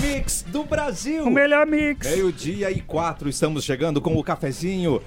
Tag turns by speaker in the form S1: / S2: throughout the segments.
S1: mix do Brasil.
S2: O melhor mix.
S1: Meio-dia e quatro, estamos chegando com o cafezinho.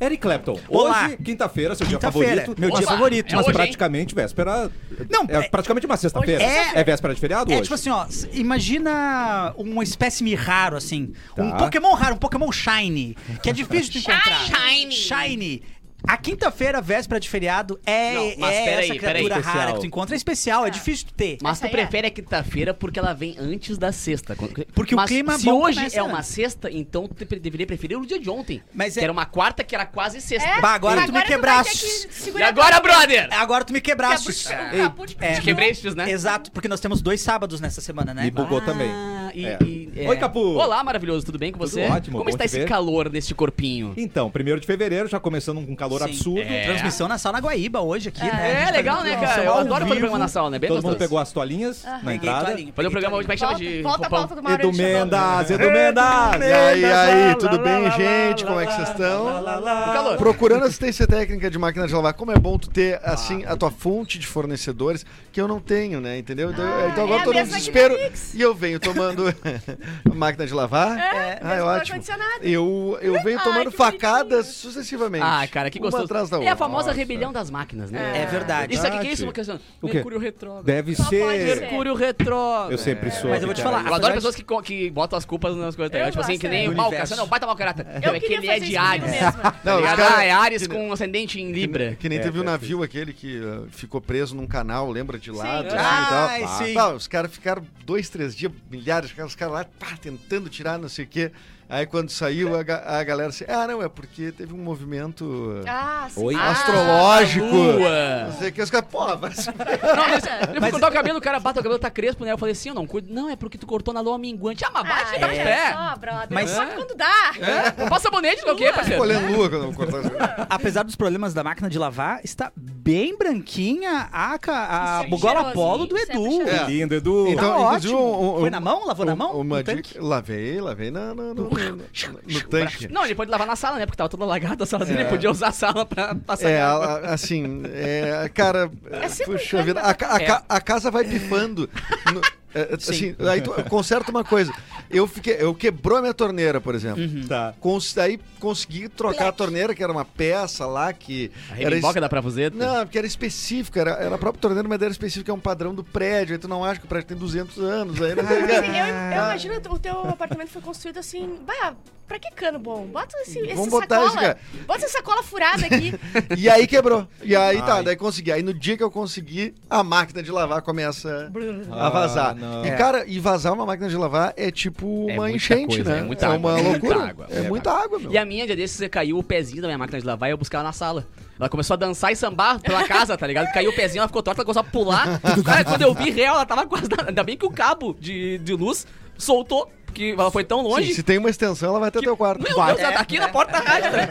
S1: Eric Clapton,
S3: Olá.
S1: hoje, quinta-feira, seu dia
S3: Quinta-feira.
S1: favorito. Meu
S3: Olá.
S1: dia favorito.
S3: É
S1: Mas
S3: hoje, hein?
S1: praticamente véspera.
S3: Não,
S1: é,
S3: é-
S1: praticamente uma sexta-feira.
S3: Hoje é
S1: É...
S3: sexta-feira.
S1: véspera de feriado
S3: É
S1: hoje.
S3: tipo assim, ó, s- imagina um espécime raro, assim. Um
S1: Tá.
S3: Pokémon raro, um Pokémon Shiny, que é difícil de encontrar.
S4: Shiny.
S3: Shiny. A quinta-feira, véspera de feriado, é,
S5: Não, mas
S3: é
S5: peraí,
S3: essa
S5: peraí.
S3: criatura rara
S5: Especial.
S3: que tu encontra.
S5: Tá.
S3: É especial, é difícil de ter.
S5: Mas tu
S4: Essa aí é.
S5: prefere a quinta-feira porque ela vem antes da sexta.
S3: Porque o
S5: Mas
S3: clima
S5: se
S3: bom
S5: hoje
S3: começa
S5: é uma
S3: antes.
S5: sexta, então tu pre- deveria preferir o dia de ontem.
S3: Mas
S5: que
S3: é-
S5: era uma quarta que era quase sexta.
S4: É,
S3: Bah, agora É. tu me quebrar.
S4: vai ter que
S5: E
S4: segurar
S5: agora,
S4: a-
S5: brother?
S3: Agora tu me quebraste.
S4: Capu-
S3: É.
S4: o capu de
S3: É.
S5: Te quebrei estes, né?
S3: Exato, porque nós temos dois sábados nessa semana, né?
S1: E bugou
S5: Ah,
S1: também.
S5: e-
S1: É.
S5: e- é.
S1: Oi, Capu.
S5: Olá, maravilhoso, tudo bem com
S1: Tudo
S5: você?
S1: ótimo,
S5: Como
S1: bom
S5: está
S1: te
S5: esse
S1: ver.
S5: calor neste corpinho?
S1: Então, primeiro de fevereiro, já começando com calor
S3: Sim.
S1: absurdo.
S5: É.
S3: Transmissão na sala Guaíba hoje aqui,
S5: É,
S3: né? A gente tá
S5: legal,
S3: vendo
S5: né,
S3: transmissão
S5: cara? Eu
S3: ao
S5: adoro fazer
S3: vivo.
S5: programa na sala, né? Bem
S1: Todo mundo
S5: gostoso.
S1: pegou as toalhinhas na
S3: Peguei
S1: entrada.
S3: Ah,
S5: Fazer um
S3: toalhinha, peguei
S5: programa hoje que vai chamar de
S4: Volta, volta a
S5: roupão.
S4: pauta do Mauro.
S1: Edu
S4: ele chamou.
S1: Mendas,
S5: É,
S1: Edu Mendas!
S6: E aí, aí, tudo bem, gente? Como é que vocês estão?
S5: O calor.
S6: Procurando assistência técnica de máquina de lavar. Como é bom tu ter,
S4: Ah,
S6: assim, a tua fonte de fornecedores, que eu não tenho, né? Entendeu? Então,
S4: Ah,
S6: então
S4: é
S6: agora
S4: a
S6: eu tô no
S4: mesma que
S6: desespero
S4: na Mix.
S6: e eu venho tomando a máquina de lavar.
S4: É,
S6: ah, é
S4: mesmo
S6: ótimo.
S4: ar-condicionado.
S6: Eu, eu venho
S4: Ai,
S6: tomando
S4: que
S6: facadas sucessivamente.
S5: Ah, cara, que gostoso.
S6: Uma atrás da
S5: É
S6: outra.
S5: a famosa
S6: Nossa.
S5: rebelião das máquinas, né?
S3: É verdade.
S5: Isso aqui que é
S6: Verdade.
S5: isso, Lucas?
S1: O quê?
S5: Mercúrio retrógrado.
S1: Deve
S4: Só pode
S1: ser.
S4: ser.
S5: Mercúrio retrógrado.
S1: Eu sempre sou.
S3: Mas eu vou te
S1: cara.
S3: falar,
S5: É. Eu adoro pessoas que, co- que botam as culpas nas coisas. tá ligado?
S4: Eu
S5: Tipo assim,
S4: gosto, né?
S5: que nem
S3: é.
S5: o mau
S3: Universo.
S5: cara. Não, baita mau caráter.
S4: Eu
S5: Não, é que
S4: queria
S5: ele é
S4: fazer
S5: de
S4: isso comigo
S5: Ares.
S4: mesma.
S6: Não, os
S5: Tá ligado?
S6: caras-
S5: Ah, é Ares com ascendente em Libra.
S6: Que nem
S1: É,
S6: teve o
S1: é,
S6: navio aquele que ah, ficou preso num canal, lembra de lado?
S4: Sim.
S6: assim, e
S3: Ah,
S6: tal.
S3: sim.
S6: Pá, os caras ficaram dois, três dias, milhares de caras, os caras lá pá, tentando tirar, não sei o quê. Aí quando saiu, a, ga- a galera assim, ah, não, é porque teve um
S5: É.
S6: movimento
S4: Ah, sim.
S1: Oi.
S4: Ah,
S6: astrológico. Não
S5: Lua.
S6: sei o que, os caras, pô, vai se
S5: Não, mas, ele foi cortar o cabelo, o cara bata o cabelo, tá crespo, né? Eu falei assim, eu não cuido. Não, é porque tu cortou na lua minguante. Ah, mas vai te dar os
S4: olha
S5: pés.
S4: é, só, brother.
S3: Mas-
S4: Só quando dá.
S5: É. Não Passa bonete, não o quê, parceiro?
S6: colhendo lua quando eu cortar isso.
S3: Apesar dos problemas da máquina de lavar, está bem branquinha a, ca- a
S4: Isso é
S3: bugola
S4: cheiroso,
S3: polo do
S4: isso é
S3: Edu.
S4: cheiroso.
S3: Tá
S6: É.
S1: Lindo, Edu.
S6: Então, inclusive,
S3: ótimo.
S6: um- um-
S3: Foi na mão? Lavou na mão?
S6: Uma
S3: No tanque?
S6: dica, lavei, lavei na, na- no, no, no, no tanque.
S5: Não, ele pode lavar na sala, né? Porque tava toda alagada a sala dele. Ele podia usar a sala pra passar.
S6: É,
S5: água.
S6: a- a- assim, é, cara,
S4: sempre
S6: puxa
S4: um
S6: vida, a,
S4: canto
S6: ca- a
S5: É.
S6: ca- a casa vai pifando. No- é, assim, aí tu conserta uma coisa. Eu fiquei, eu quebrou a minha torneira, por exemplo.
S3: Então,
S1: Tá.
S6: Cons- aí consegui trocar a torneira, que era uma peça lá que.
S5: A
S6: era es-
S5: rebimboca da Pravuzeta.
S6: Não, porque era específica, era, era a própria torneira, mas era específica, é um padrão do prédio. Aí tu não acha que o prédio tem 200 anos. Aí né? não sei o quê.
S4: Assim, eu, eu imagino o teu apartamento foi construído assim. Bah, pra que cano bom? Bota esse, esse
S6: botar
S4: sacola.
S6: esse cara.
S4: Bota essa sacola furada aqui.
S6: E aí quebrou. E aí tá,
S1: Ai.
S6: daí consegui. Aí no dia que eu consegui, a máquina de lavar começa a vazar.
S1: Ah, não.
S6: e
S1: É.
S6: cara, e vazar uma máquina de lavar é tipo
S5: É
S6: uma
S5: muita
S6: enchente,
S5: coisa,
S6: né?
S5: é muita água,
S6: uma
S5: é muita
S6: loucura.
S5: água,
S6: é
S5: é
S6: muita água, meu.
S5: E a minha, dia desses, caiu o pezinho da minha máquina de lavar e eu buscava na sala. Ela começou a dançar e sambar pela casa, tá ligado? Caiu o pezinho, ela ficou torta, ela começou a pular. Cara, quando eu vi real, ela tava quase. na- Ainda bem que o cabo de, de luz soltou, porque ela foi tão longe.
S6: Sim, se tem uma extensão, ela vai até o teu quarto.
S5: Meu Deus, ela tá aqui na porta da rádio. né?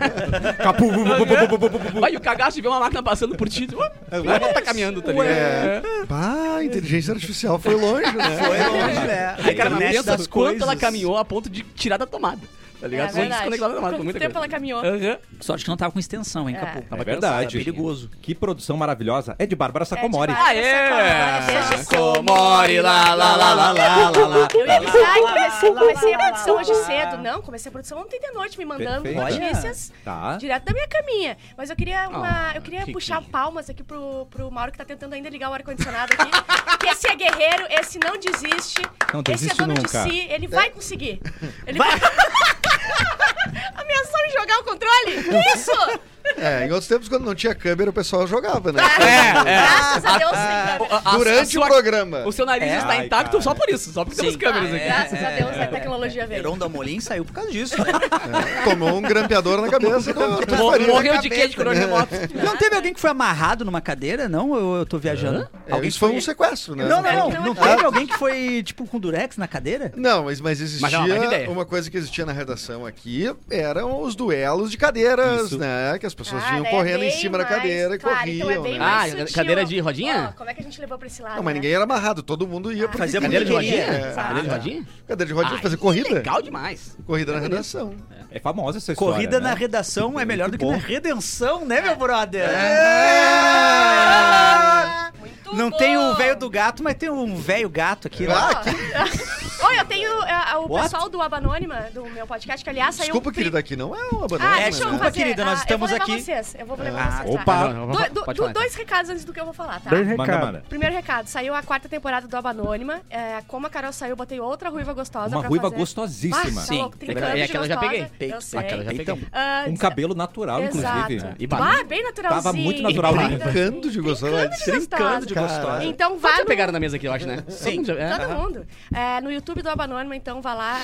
S1: Capu, bu, bu, bu, bu, bu, bu, bu, bu, bu.
S5: Vai, o cagaço de ver uma máquina passando por ti. Ué, Ela tá caminhando, tá ligado?
S6: É. Pá, a inteligência artificial foi longe, né?
S3: Foi longe, né?
S5: Aí, cara, não
S3: Internet
S5: pensa
S3: das
S5: quanto ela caminhou a ponto de tirar da tomada. Tá ligado?
S4: É
S5: Foi
S4: verdade.
S5: desconectada da tomada, foi
S4: Quanto
S5: muita
S4: tempo
S5: coisa.
S4: ela caminhou?
S5: Aham.
S3: Sorte que não tava com extensão, hein,
S4: É.
S3: Capu?
S1: É
S3: Tava
S1: verdade.
S3: cansada, perigoso.
S1: Que produção maravilhosa. É de Bárbara Sacomori.
S4: Bárbara.
S5: Ah, é!
S4: Essa
S5: Sacomori, lá, lá, lá, lá, lá, lá, lá.
S4: Eu ia avisar que comecei, comecei a produção hoje cedo. Não, comecei a produção ontem de noite, me mandando
S1: Perfeito.
S4: notícias
S1: Tá.
S4: direto da minha caminha. Mas eu queria uma.
S5: Ah,
S4: eu queria
S5: que
S4: puxar
S5: que-
S4: palmas aqui pro, pro Mauro que tá tentando ainda ligar o ar-condicionado aqui. que esse é guerreiro, esse não desiste.
S1: Não
S4: esse é
S1: desiste
S4: dono
S1: nunca.
S4: de si, ele vai
S5: É.
S4: conseguir. Ele vai. Ameaçou me jogar o controle? Que isso?
S6: É, em outros tempos, quando não tinha câmera, o pessoal jogava, né?
S5: É, é.
S4: Graças a Deus,
S6: Ah,
S4: sem
S5: A-
S4: câmera.
S5: a- a
S6: Durante
S5: sua-
S6: o programa.
S5: O seu nariz
S3: É.
S5: está
S1: Ai,
S5: intacto
S1: cara.
S5: só por isso, só porque temos câmeras
S4: Ah,
S5: aqui.
S4: Graças a Deus, a tecnologia veio.
S3: Heron da Molim saiu por causa disso.
S6: Tomou um grampeador na cabeça. então,
S5: Tu mor- Morreu de quê? De corona remota?
S3: não teve alguém que foi amarrado numa cadeira, não? Eu, eu tô viajando.
S6: É, isso foi um sequestro, né?
S3: Não, não, não.
S4: Então
S3: Não
S4: é-
S3: teve alguém que foi, tipo, com durex na cadeira?
S6: Não, mas, mas existia
S5: Mas é uma baita ideia.
S6: uma coisa que existia na redação aqui, eram os duelos de cadeiras,
S1: Isso.
S6: né? Que as pessoas
S4: Ah,
S6: vinham
S4: daí é
S6: correndo em
S4: bem
S6: cima da
S4: mais-
S6: cadeira e
S4: claro,
S6: corriam.
S4: então é bem
S6: né?
S4: mais
S5: Ah,
S4: sutil.
S5: cadeira de rodinha?
S4: Ó, como é que a gente levou pra esse lado?
S6: Não, mas
S4: né? Ah,
S6: ninguém era amarrado, todo mundo ia porque
S3: Fazia
S6: queria.
S5: Cadeira de rodinha?
S6: É,
S5: Cadeira de rodinha?
S6: Cadeira de rodinha, é
S5: Ah,
S6: fazer corrida.
S5: Legal demais.
S6: Corrida na redação.
S4: um
S1: É famosa essa história.
S3: Corrida
S1: né?
S3: na redação é melhor do que
S1: bom.
S3: na redenção, né, meu brother?
S4: Muito
S3: Não
S4: bom.
S3: tem o velho do gato, mas tem um velho gato aqui. né?
S6: Ah, que
S4: Oi, eu tenho ah, o
S1: What?
S4: pessoal do Aba Anônima, do meu podcast, que aliás saiu...
S6: Desculpa,
S4: um pri-
S6: querido, aqui não é uma banana.
S4: Ah,
S6: né?
S4: deixa eu
S3: Desculpa,
S4: fazer.
S3: querida, nós
S4: ah,
S3: estamos
S4: eu vou levar
S3: aqui.
S4: Vocês. Eu vou levar
S3: Ah,
S4: vocês, tá?
S1: opa.
S5: não,
S4: Do- do-
S5: pode
S4: do-
S5: falar, então.
S4: dois recados antes do que eu vou falar, tá?
S3: Dois
S1: Manda,
S3: recados.
S1: manda.
S4: Primeiro recado, saiu a quarta temporada do Aba Anônima. É, como a Carol saiu, eu botei outra ruiva gostosa
S1: Uma
S4: pra
S1: ruiva
S4: fazer.
S1: gostosíssima.
S4: Ah,
S5: Sim,
S4: Tá louco, trincando
S5: é
S4: de
S5: aquela eu já
S4: gostosa.
S5: peguei.
S4: Eu sei.
S5: Aquela eu já
S3: Então,
S5: peguei.
S4: Ah,
S1: Um cabelo natural,
S4: Exato.
S1: inclusive.
S5: E
S4: Bah,
S5: barba.
S4: bem naturalzinho.
S1: Tava muito natural,
S5: né?
S4: Ainda-
S6: Brincando de gostosa.
S4: Brincando de
S6: Brincando de
S4: gostosa.
S6: gostosa.
S4: Então vá
S5: Todos já
S4: no...
S5: pegaram na mesa aqui, eu acho, né? Sim.
S4: Todo mundo. É, no YouTube do Aba Anônima, então vá lá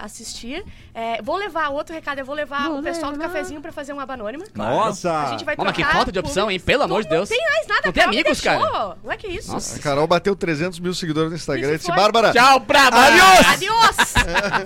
S4: é, assistir. É, vou levar outro recado, eu vou levar o pessoal do cafezinho pra fazer um Aba Anônima.
S1: Nossa!
S4: A gente vai
S5: Mama,
S4: trocar.
S5: que falta de opção, hein? Pelo amor de Deus.
S4: Não tem mais nada,
S5: Não tem
S4: Carol me
S5: amigos,
S4: deixou.
S5: cara.
S4: Não é que isso?
S5: Nossa.
S6: A Carol bateu 300 mil seguidores no Instagram e
S4: Isso
S6: disse,
S4: foi.
S6: Bárbara,
S5: Tchau, braba!
S4: Adiós!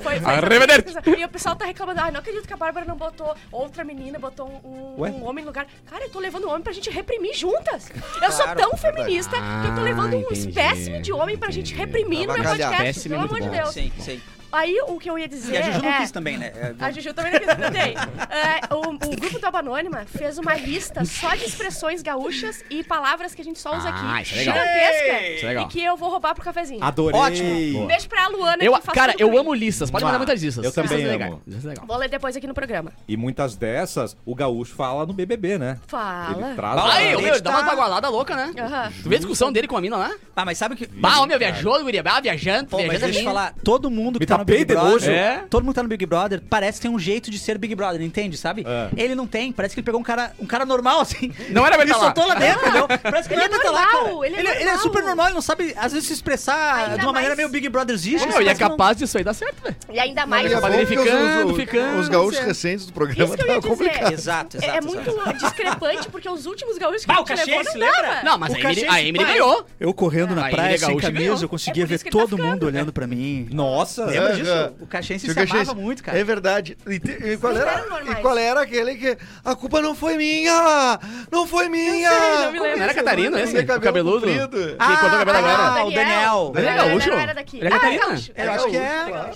S4: foi, foi
S5: Arrivederci.
S4: E o pessoal tá reclamando, ai, não acredito que a Bárbara não botou outra menina, botou um,
S1: Ué?
S4: um homem no lugar. Cara, eu tô levando homem pra gente reprimir juntas. Eu sou tão feminista que eu tô levando um
S5: Ah, entendi.
S4: espécime de homem pra gente reprimir no meu
S6: Avacalhar.
S4: podcast,
S5: Espécime
S4: pelo
S5: é muito
S4: amor
S5: bom.
S4: de Deus.
S3: Sim, sim.
S4: Aí o que eu ia dizer
S3: E a Juju
S4: é...
S3: não quis também, né? É,
S4: A Juju também não quis, não tem. É, o, o grupo do Aba Anônima fez uma lista só de expressões gaúchas e palavras que a gente só usa aqui.
S5: Ah, isso é legal.
S4: Gigantesca.
S5: Isso é legal.
S4: E que eu vou roubar pro cafezinho.
S1: Adorei.
S3: Ótimo.
S4: Um
S1: Boa.
S4: beijo pra Luana
S5: Eu,
S4: que faz
S5: cara,
S4: tudo pra
S5: eu
S4: mim.
S5: amo listas. Pode mandar muitas listas.
S1: Eu também
S5: Listas é
S1: amo.
S5: legal, listas é legal.
S4: Vou ler depois aqui no programa.
S1: E muitas dessas, o gaúcho fala no BBB, né? Ele
S4: Fala.
S1: traz...
S5: Fala aí,
S1: a-
S5: ô, meu, dá uma bagualada louca, né?
S4: Aham.
S5: Tu vê a discussão dele com a mina lá?
S3: Ah, mas sabe que.
S5: Bah, ô, meu, viajou, guria, bah, viajando,
S3: Pô, mas
S5: viajando
S3: deixa eu
S5: ali.
S3: falar, todo mundo que
S1: Me
S3: tá no
S1: tapei
S3: Big
S1: de nojo.
S3: Brother,
S5: É.
S3: todo mundo que tá no Big Brother, parece que tem um jeito de ser Big Brother, entende, sabe?
S1: É.
S3: Ele não tem, parece que ele pegou um cara, um cara normal, assim.
S5: Não era pra ele tá
S3: Ele
S5: lá.
S3: soltou lá dentro, entendeu? Parece que não
S4: Ele é
S3: era pra tá lá, cara.
S4: normal, ele é
S3: ele é
S4: normal.
S3: super normal, ele não sabe, às vezes, se expressar
S4: Ainda
S3: de uma maneira
S4: mais-
S3: meio Big Brotherzista.
S5: Ô, meu,
S3: assim,
S5: e é
S3: mas não-
S5: capaz disso aí dar certo, velho.
S4: E ainda
S6: Não,
S4: mais.
S6: e é bom
S5: Ele
S6: porque os-
S5: ficando,
S6: os-
S5: ficando,
S6: Os gaúchos
S5: certo.
S6: recentes do
S4: Isso
S6: programa
S4: que eu ia
S6: tá
S4: dizer.
S6: complicado.
S3: Exato,
S4: É,
S3: exato.
S4: é muito
S3: exato.
S4: discrepante, porque os últimos gaúchos que
S5: Ah,
S3: Bah,
S4: a
S3: o
S4: gente levou
S3: Caxias,
S4: não
S3: lembra?
S4: dava.
S5: Não, mas
S3: O
S5: a Emily,
S3: cachê
S5: a
S3: de
S5: Emily
S3: pai.
S5: ganhou.
S3: Eu correndo
S5: Ah,
S3: na
S5: ele
S3: praia
S5: é
S3: sem
S5: gaúcho,
S3: camisa,
S5: ganhou.
S3: eu conseguia
S4: É por
S3: ver
S4: isso que ele tá
S3: todo
S4: ficando.
S3: mundo olhando pra mim.
S1: Nossa.
S3: Lembra
S6: É,
S3: disso?
S6: é.
S3: O Caxiense
S6: Tio
S3: se amava
S6: Caxiense.
S3: muito, cara.
S6: É verdade. E, te- e qual
S4: Não
S6: era,
S4: eram normais.
S6: e qual era aquele que. A culpa não foi minha! Não foi minha!
S4: não me
S5: Não
S4: lembro.
S5: era Catarina esse,
S6: Tem
S5: o cabeludo?
S6: comprido.
S5: Ah, cortou o cabelo agora.
S3: Ah, o Daniel.
S5: Ele é
S4: Não,
S5: gaúcho?
S4: Não, era daqui.
S5: Ele é
S4: Ah,
S5: Catarina?
S4: gaúcho.
S3: Eu acho que é.
S6: Claro.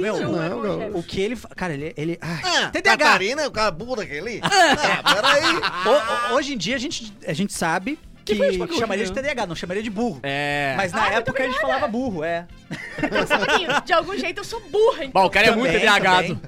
S3: Meu,
S4: Não,
S6: Não,
S4: era
S6: não.
S4: gaúcho, era.
S3: O que ele. fa- Cara, ele. ele ah,
S6: Ah,
S3: TDAH.
S6: Catarina, o cara burro daquele? Ah, peraí.
S3: Ho- ho- hoje em dia a gente, a gente sabe que,
S5: foi esse bagulho,
S3: chamaria de
S5: né?
S3: TDAH, não chamaria de burro.
S5: É.
S3: Mas na
S4: Ah, muito
S3: época a gente falava burro, é.
S4: Então, só um pouquinho. De algum jeito eu sou burra, então.
S5: Bom, o cara é muito
S3: Também,
S5: TDAHado.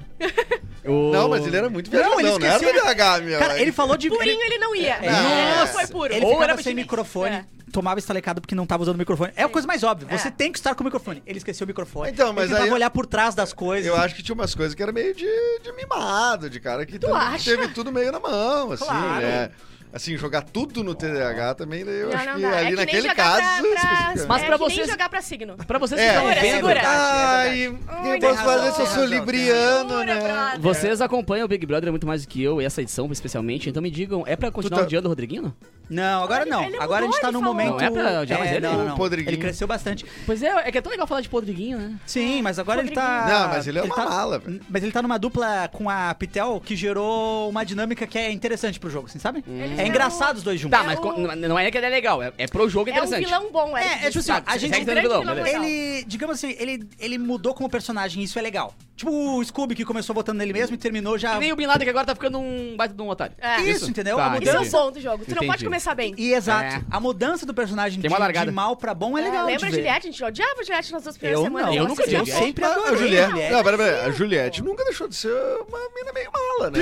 S5: O-
S6: Não, mas ele era muito
S3: Não, ele
S6: viajadão, não era
S3: esqueceu.
S6: TDAH, meu.
S3: Cara, ele
S5: é
S3: falou de.
S5: tipo
S4: Purinho
S3: ele-
S4: ele não ia.
S3: É.
S4: Ele não
S6: Nossa.
S4: foi puro.
S3: Ele
S5: Ou
S3: ficava
S5: era
S3: sem
S4: vitimista.
S3: microfone,
S4: É.
S3: tomava estalecado porque não tava usando o microfone. É a coisa mais óbvia. Você
S4: É.
S3: tem que estar com o microfone. Ele esqueceu o microfone.
S6: Então, mas
S3: ele tentava
S6: aí-
S3: olhar por trás das coisas.
S6: Eu acho que tinha umas coisas que era meio de, de mimado, de cara que tanto
S4: acha?
S6: teve tudo meio na mão, assim,
S3: Claro.
S6: né? Assim, jogar tudo no TDAH também, daí eu
S4: Não,
S6: acho
S4: não,
S6: que
S4: não. É
S6: ali
S4: que nem
S6: naquele
S4: jogar
S6: caso.
S4: pra- pra-
S6: especificamente.
S5: Mas
S4: é
S5: pra
S4: que nem
S5: vocês-
S4: jogar pra signo.
S5: Pra vocês
S6: É.
S5: que estão
S4: Segura,
S5: vendo,
S4: segura.
S6: Ai, o que
S4: Ai,
S6: eu posso
S3: tem
S6: fazer
S3: razão,
S6: se eu
S3: tem
S6: sou
S3: razão, tem
S6: libriano,
S4: razão.
S6: né?
S4: Brother.
S5: vocês acompanham o Big Brother muito mais do que eu, e essa edição especialmente, então me digam, é pra continuar
S6: tá-
S5: odiando o Rodriguinho?
S3: Não, agora
S4: Ele-
S3: não.
S4: ele
S3: agora a gente
S4: mudou,
S3: tá
S4: ele
S3: num
S4: falou.
S3: momento.
S5: Não é pra odiar, mas ele-
S3: não, não, não.
S6: O Podriguinho.
S3: Ele cresceu bastante.
S5: Pois é, é que é tão legal falar de Podriguinho, né?
S3: Sim, mas agora ele tá.
S6: Não, mas ele é uma
S3: tá,
S6: mala, velho.
S3: Mas ele tá numa dupla com a Pitel que gerou uma dinâmica que é interessante pro jogo, assim, sabe? É engraçado os dois juntos.
S5: Hum. Tá, mas
S4: o-
S5: co- n- não é que ele é legal, é, é pro jogo
S4: É um
S5: interessante.
S4: vilão bom, Eric.
S3: É, é tipo assim, ó, a gente-
S4: é um
S5: Segue
S4: grande
S5: sendo vilão,
S4: vilão
S5: beleza.
S4: legal.
S3: Ele, digamos assim, ele, ele mudou como personagem, isso é legal. Tipo o Scooby que começou votando nele mesmo e terminou já.
S5: Que nem o Bin Laden que agora tá ficando um baita de um otário.
S4: É.
S3: Isso, entendeu?
S5: Tá,
S3: a
S4: Isso é
S3: mudança.
S4: o bom do jogo. Tu não pode
S5: Entendi.
S4: começar bem.
S3: E exato.
S5: É.
S3: A mudança do personagem de,
S5: Tem uma largada.
S3: de mal pra bom é legal.
S4: Lembra
S3: de ver.
S4: a Juliette? A gente odiava a Juliette nas duas primeiras
S3: Eu
S4: semanas.
S3: não,
S5: eu
S4: Ela
S5: nunca
S4: se
S5: odiei.
S3: Eu
S4: voltou.
S3: sempre é
S6: Não, a
S3: adorei.
S6: Juliette.
S4: Juliette.
S6: Não, pera, pera, a Juliette nunca deixou de ser uma mina meio mala, né?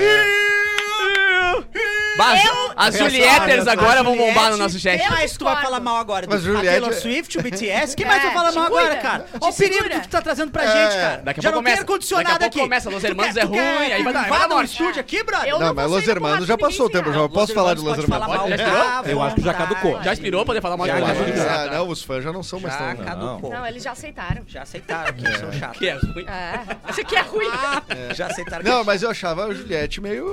S5: Mas as
S1: Essa-
S5: Julietters
S1: essa
S5: agora vão
S3: Juliette,
S5: bombar no nosso chat.
S3: Quem
S4: Eu
S3: mais tu vai
S4: discordo.
S3: falar mal agora? Do-
S6: Mas Juliette-
S3: A Taylor Swift, o BTS? Quem mais
S4: É,
S3: tu vai falar mal
S4: te cuida.
S3: agora, cara?
S4: Te
S3: Olha o perigo
S4: segura.
S3: que tu tá trazendo pra
S6: É,
S3: gente, cara.
S5: daqui a
S3: Já
S5: pouco
S3: não tem
S5: começa.
S3: ar-condicionado
S5: Daqui a pouco
S3: aqui.
S5: começa, Los
S3: Tu
S5: Hermanos
S3: quer-
S5: é
S3: tu quer
S5: ruim, aí vai dar-
S3: que
S5: vai dar
S3: Vá no
S5: morte.
S3: estúdio aqui, brother.
S4: Eu
S6: Não,
S4: não vou
S6: mas Los
S4: sair do
S6: Hermanos
S4: mato
S6: já
S4: ninguém
S6: passou o tempo,
S4: ensinar.
S6: já posso falar de Los
S3: Pode falar
S6: Hermanos.
S3: mal,
S5: Pode, já
S3: tá?
S5: expirou?
S1: Eu acho que já
S3: Vontade.
S1: caducou.
S5: Já expirou pra poder falar mal de
S3: Já,
S5: alguém.
S1: já expirou.
S5: Ah,
S6: Ah,
S5: tá.
S6: não, os fãs já não são mais
S3: Já
S6: tão.
S3: caducou.
S4: Não, eles já aceitaram.
S3: Já aceitaram que são chatos.
S5: Que é ruim.
S4: É. Isso aqui é ruim.
S3: Já aceitaram que
S6: Não, mas eu achava a Juliette meio.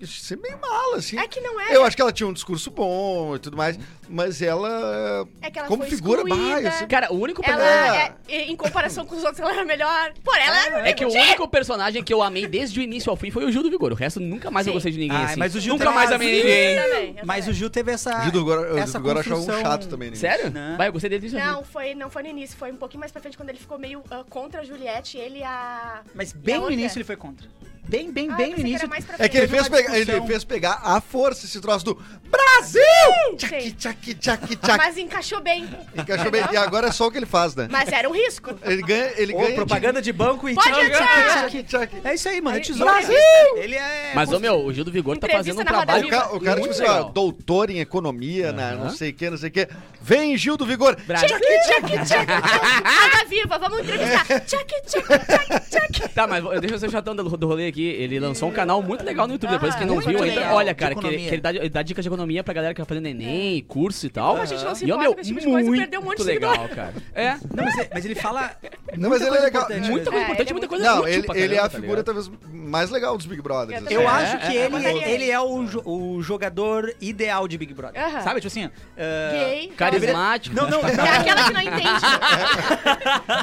S6: Isso ser meio mala, assim.
S4: É que não é.
S6: Eu acho que ela tinha um discurso bom e tudo mais, mas ela.
S4: É que ela
S6: como
S4: foi
S6: figura
S4: excluída.
S6: baia, assim.
S5: Cara, o único
S4: Ela,
S5: personagem.
S4: é, em comparação com os outros, ela era melhor. Pô, ela era
S5: É que o único personagem que eu amei desde o início ao fim foi o Gil do Vigor. O resto nunca mais eu
S4: Sim.
S5: gostei de ninguém
S3: Ai,
S5: assim.
S3: mas o Gil
S5: nunca
S3: também
S5: mais
S3: é
S5: amei
S3: assim.
S5: ninguém.
S4: também. eu
S3: Mas o
S4: também.
S3: Gil teve essa.
S6: Gil do Vigor- o
S3: essa
S6: Gil do Vigor achava um
S3: construção-
S6: chato também. né?
S5: Sério?
S3: Não.
S5: Vai, eu gostei desde o início.
S4: Não, foi, não foi no início, foi um pouquinho mais pra frente quando ele ficou meio ah, contra a Juliette, ele e a.
S3: Mas
S4: E
S3: bem
S4: a
S3: no
S4: outra?
S3: início ele foi contra. Bem, bem,
S4: Ah, eu
S3: bem no
S4: pensei que era
S3: início.
S4: mais pra
S6: É que ele
S4: frente.
S6: fez,
S3: Teve uma
S6: pegar, ele
S3: discussão.
S6: fez pegar a força esse troço do Brasil!
S4: bem,
S6: Tchac,
S4: gente.
S6: tchac, tchac, tchac.
S4: Mas encaixou bem.
S6: Encaixou bem. E agora é só o que ele faz, né?
S4: Mas era um risco.
S6: Ele ganha. Ele
S3: Ô,
S6: ganha
S3: propaganda de banco e
S4: Pode
S3: tchau,
S4: entrar!
S3: tchau, tchau.
S6: Tchac, tchac.
S3: É isso aí, mano. É tesouro.
S4: Brasil!
S3: Ele é.
S5: Mas, ô meu, o Gil do Vigor tá
S4: Entrevista
S5: fazendo um
S4: na Roda
S5: trabalho.
S6: O, ca- o cara,
S5: muito
S6: tipo, sei lá,
S5: legal.
S6: doutor em economia, na- não sei o que, não sei o que. Vem, Gil do Vigor.
S5: Brasil.
S4: Tchac, tchac, tchac. Água viva, vamos entrevistar. Tchac, tchac, tchac, tchac.
S5: Tá, mas deixa eu ser o chatão do, do rolê aqui. Ele lançou um canal muito legal no YouTube. Depois
S4: Ah,
S5: que não
S4: muito
S5: viu ainda.
S4: legal.
S5: Olha,
S3: De
S5: cara, que,
S3: economia.
S5: que ele, dá, ele dá dicas de economia pra galera que tá fazendo Enem, curso e tal.
S4: Como a gente não se
S5: e, ó,
S4: importa
S5: meu,
S4: com esse tipo de coisa,
S5: muito
S4: perdeu um monte de seguidor.
S5: legal, cara. É.
S3: Não, mas, ele, mas ele fala.
S6: Não, mas
S3: muita
S6: ele é
S3: coisa
S6: legal.
S3: importante,
S5: Muita
S3: né?
S5: coisa importante,
S4: É, ele
S5: muita
S4: é muito
S5: coisa
S6: Não,
S5: útil
S6: ele,
S5: pra
S6: ele é
S5: caramba,
S6: a
S5: tá
S6: figura
S5: ligado?
S6: talvez mais legal dos Big Brothers.
S4: Eu
S6: assim.
S4: também
S3: Eu
S4: É,
S3: acho
S5: é,
S3: que
S5: é,
S3: ele,
S4: botaria
S3: ele
S4: ele.
S3: é o, jo- o jogador ideal de Big Brother.
S4: Aham.
S3: Sabe? Tipo assim. ah,
S4: É. Gay.
S5: Carismático.
S3: Não, não,
S4: É
S3: não.
S4: aquela que não entende.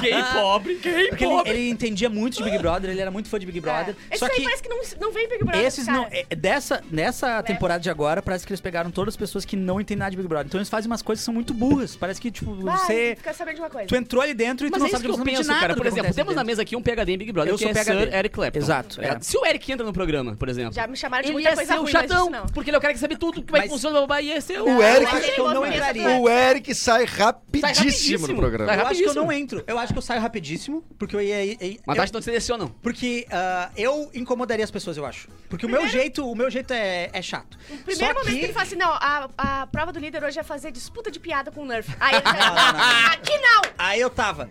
S5: Gay pobre, gay
S3: Porque ele,
S5: pobre.
S3: ele entendia muito de Big Brother, ele era muito fã de Big Brother.
S4: É. Esses
S3: Só
S4: aí
S3: que
S4: parece que não, não vem Big Brother.
S3: esses
S4: cara.
S3: não. é- Dessa, nessa temporada de agora, parece que eles pegaram todas as pessoas que não entendem nada de Big Brother. Então eles fazem umas coisas que são muito burras. Parece que, tipo,
S4: Vai,
S3: você.
S4: fica sabendo de uma coisa.
S3: Tu entrou ali dentro e tu
S5: Mas
S3: não
S5: é isso
S3: sabe
S5: que eu
S3: absolutamente
S5: penso,
S3: nada
S5: cara.
S3: do
S5: Por
S3: que tá
S5: exemplo,
S3: acontece
S5: temos na
S3: dentro.
S5: mesa aqui um PHD em Big Brother,
S3: Eu
S5: que
S3: sou
S5: é
S3: PHD.
S5: Sir Eric Clapton.
S3: Exato,
S5: tá ligado?
S3: é.
S5: Se o Eric entra no programa, por exemplo,
S4: Já me chamaram de
S5: ele
S4: muita
S5: ia
S4: coisa
S5: ser o
S4: ruim,
S5: chatão,
S4: mas isso não.
S5: porque ele é o cara que sabe tudo como é que
S3: Mas-
S5: funciona, babá, e ia ser
S6: O Eric-
S3: Eu acho que eu não é- entraria.
S6: O Eric sai rapidíssimo,
S5: Sai rapidíssimo.
S6: no programa.
S5: Sai
S3: Eu acho que eu
S5: Rapidíssimo.
S3: não entro. Eu acho que eu saio rapidíssimo, porque eu ia. ia- ia-
S5: Mas
S3: eu-
S5: acho que não selecionam.
S3: Porque ah, eu incomodaria as pessoas, eu acho. Porque o meu jeito, o meu jeito é, é chato.
S4: Primeiro
S3: Só
S4: momento que... ele fala assim, não, a, a prova do líder hoje é fazer disputa de piada com o Nerf. Aí ele já...
S3: Não, não, não.
S4: Aqui não!
S3: Aí eu tava.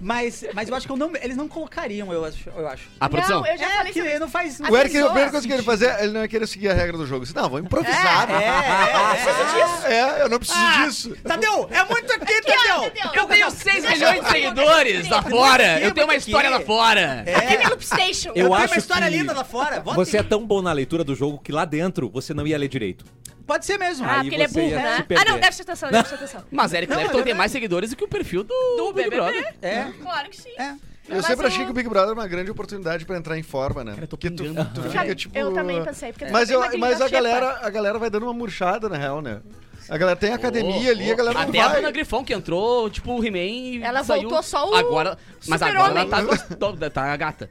S3: Mas, mas eu acho que eu não, eles não colocariam, eu acho. Eu acho.
S5: A produção.
S4: Não, eu já
S3: é,
S4: falei
S3: que
S4: sobre isso.
S3: não faz.
S4: O
S6: O Eric, a
S4: pessoa-
S6: primeira coisa que ele fazer, ele não ia querer seguir a regra do jogo. Ele disse, não, vou improvisar.
S3: É, é, é. Ah.
S6: É, eu não preciso disso.
S3: Tadeu, é muito aqui,
S4: ó,
S3: Tadeu.
S4: Tadeu.
S5: Eu tenho 6
S4: Deixa eu
S5: milhões de
S4: falar,
S5: seguidores lá
S4: deixa
S5: fora.
S3: aqui,
S5: Eu tenho uma
S3: bota aqui.
S5: história lá fora.
S3: É.
S4: Aqui na Loop
S3: Eu,
S4: Station.
S1: Eu
S3: tenho uma
S1: acho
S3: história
S1: que
S3: linda lá fora. Bota
S1: Você é
S3: aqui.
S1: tão bom na leitura do jogo que lá dentro você não ia ler direito.
S3: Pode ser mesmo.
S4: Ah,
S1: Aí
S4: porque ele é
S1: você
S4: burro,
S1: ia
S4: né?
S1: se
S4: Ah,
S1: perder.
S4: não, deve ser atenção, deve ser atenção.
S5: Mas Eric
S3: Não, é
S5: Clapton tem
S3: verdade.
S5: mais seguidores do que o perfil do, do Big Brother.
S3: É.
S4: Claro que sim.
S3: É.
S6: Eu sempre achei que o Big Brother era uma grande oportunidade pra entrar em forma, né?
S5: Cara, eu tô
S6: Porque tu,
S5: pingando.
S6: tu
S4: Cara,
S6: fica, tipo...
S4: eu também pensei, porque tu
S6: mas
S4: tem
S6: eu,
S4: uma gringa
S6: mas a,
S4: chepa.
S6: galera, a galera vai dando uma murchada, na real, né? A galera tem academia ali, a galera não
S5: Até a
S6: vai.
S5: Bruna Grifão que entrou, tipo, o He-Man. e
S4: Ela
S5: saiu.
S4: voltou só o
S5: Agora, mas agora ela
S4: Super-Homem.
S5: tá, gostosa, tá gata.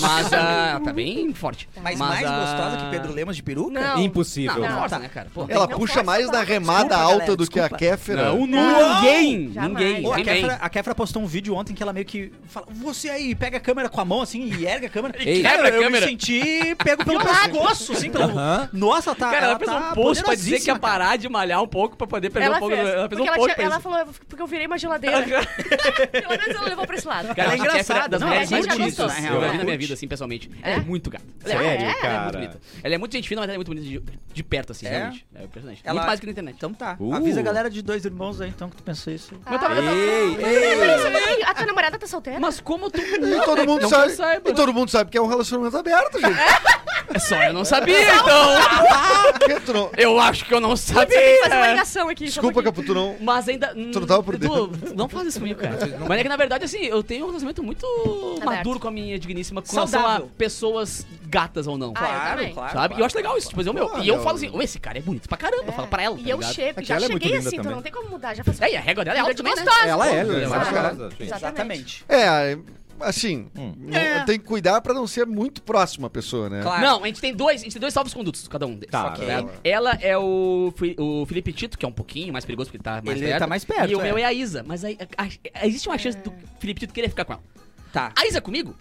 S5: Mas ah, ela tá bem forte.
S3: Mas, mais
S5: ah,
S3: gostosa que Pedro Lemos de peruca?
S4: Não.
S5: Não,
S1: Impossível.
S5: não,
S4: Não,
S5: força,
S3: tá.
S5: né, cara? Pô.
S6: Ela
S4: Não
S6: puxa
S4: força,
S6: mais na
S4: tá.
S6: remada
S3: Desculpa,
S6: alta
S3: galera,
S6: do que a
S3: desculpa.
S6: Kéfera.
S5: Não,
S4: Não,
S5: ninguém,
S4: jamais.
S5: ninguém,
S3: Pô, a,
S5: ninguém.
S3: Kéfera, a Kéfera postou um vídeo ontem que ela meio que fala: Você aí, pega a câmera com a mão assim e ergue a câmera.
S5: E
S3: Cara,
S5: quebra a
S3: eu
S5: câmera.
S3: me senti pego pelo pescoço, assim, pelo.
S1: Aham.
S3: Nossa, tá.
S5: Cara, ela fez um
S3: tá
S5: post pra dizer que ia
S3: poderosíssima, cara.
S5: parar de malhar um pouco pra poder perder um
S4: Ela
S5: pouco.
S4: fez.
S5: Ela fez um
S4: porque ela,
S5: post
S4: tinha-
S5: pra
S4: ela
S5: isso.
S4: falou, porque eu virei uma geladeira. Pelo menos ela levou pra esse lado.
S5: Cara,
S3: Ela é
S5: a Kéfera
S3: engraçada,
S5: das
S3: não,
S5: mulheres
S4: ela é
S5: mais
S4: muito
S5: bonitas que
S4: gostosa,
S5: eu já
S4: né?
S5: vi na minha
S3: Curte.
S5: vida, assim, pessoalmente.
S4: É?
S5: Ela é muito gata. Ela é
S1: Sério,
S4: é,
S5: Ela é muito
S1: cara.
S5: bonita. Ela é muito gente fina, mas ela é muito bonita de, de perto, assim,
S3: É?
S5: realmente. É impressionante.
S3: Ela-
S5: Muito mais que na internet.
S3: Então tá.
S1: Uh.
S3: Avisa a galera de dois irmãos aí, então, que tu pensou isso.
S4: Ah,
S3: aí.
S5: Eu tava- eu tava-
S1: Ei,
S5: tá,
S4: Peraí,
S1: ei.
S4: peraí, só um pouquinho. A tua namorada tá solteira?
S5: Mas como tu.
S6: E todo mundo
S5: Não
S6: sabe.
S5: que eu saiba.
S6: E todo mundo sabe que é um relacionamento aberto, gente.
S5: É só eu não sabia,
S4: um
S5: então.
S6: Por que tu
S4: é
S6: não-
S5: Eu acho que eu não
S4: Tem que fazer uma
S5: sabia.
S4: ligação aqui. só um
S6: Desculpa,
S4: pouquinho.
S6: Capu, tu não.
S5: Mas ainda.
S6: Tu não tava por
S5: Edu, não faz isso comigo, cara. Mas é que na verdade, assim, eu tenho um relacionamento muito maduro com a minha digníssima com relação a
S3: Saudável.
S5: pessoas gatas ou não.
S4: Ah, eu também.
S5: Sabe? E eu acho legal isso, tipo, eu, meu,
S6: Porra,
S5: e eu
S6: meu.
S5: falo assim, "Ô, esse cara é bonito pra caramba, eu falo pra ela,
S4: E
S5: tá
S4: eu
S5: ligado?
S4: chego-
S1: É que
S4: já
S1: ela é muito
S4: cheguei
S1: linda
S4: assim, então
S1: também.
S4: não tem como mudar. Já faz
S5: É, e a régua dela é
S4: Ela
S5: alta
S4: é
S5: também, né?
S4: gostosa.
S1: Ela é,
S6: Pô,
S1: ela é
S6: exato.
S1: maravilhosa, gente.
S3: Exatamente.
S6: É, assim,
S5: Hum.
S6: não-
S3: É.
S6: tem que cuidar pra não ser muito próximo a pessoa, né?
S3: Claro.
S5: Não, a gente tem dois, a gente tem dois salvos condutos, cada um deles.
S1: Tá,
S5: Só que,
S1: tá.
S5: né, Ela é o, Fi- o Felipe Tito, que é um pouquinho mais perigoso, porque tá mais
S3: Ele
S5: perto.
S3: tá mais perto,
S5: E o
S3: é.
S5: meu é a Isa. Mas aí, a- a- existe uma chance do Felipe Tito querer ficar com ela.
S3: Tá.
S5: A Isa é comigo?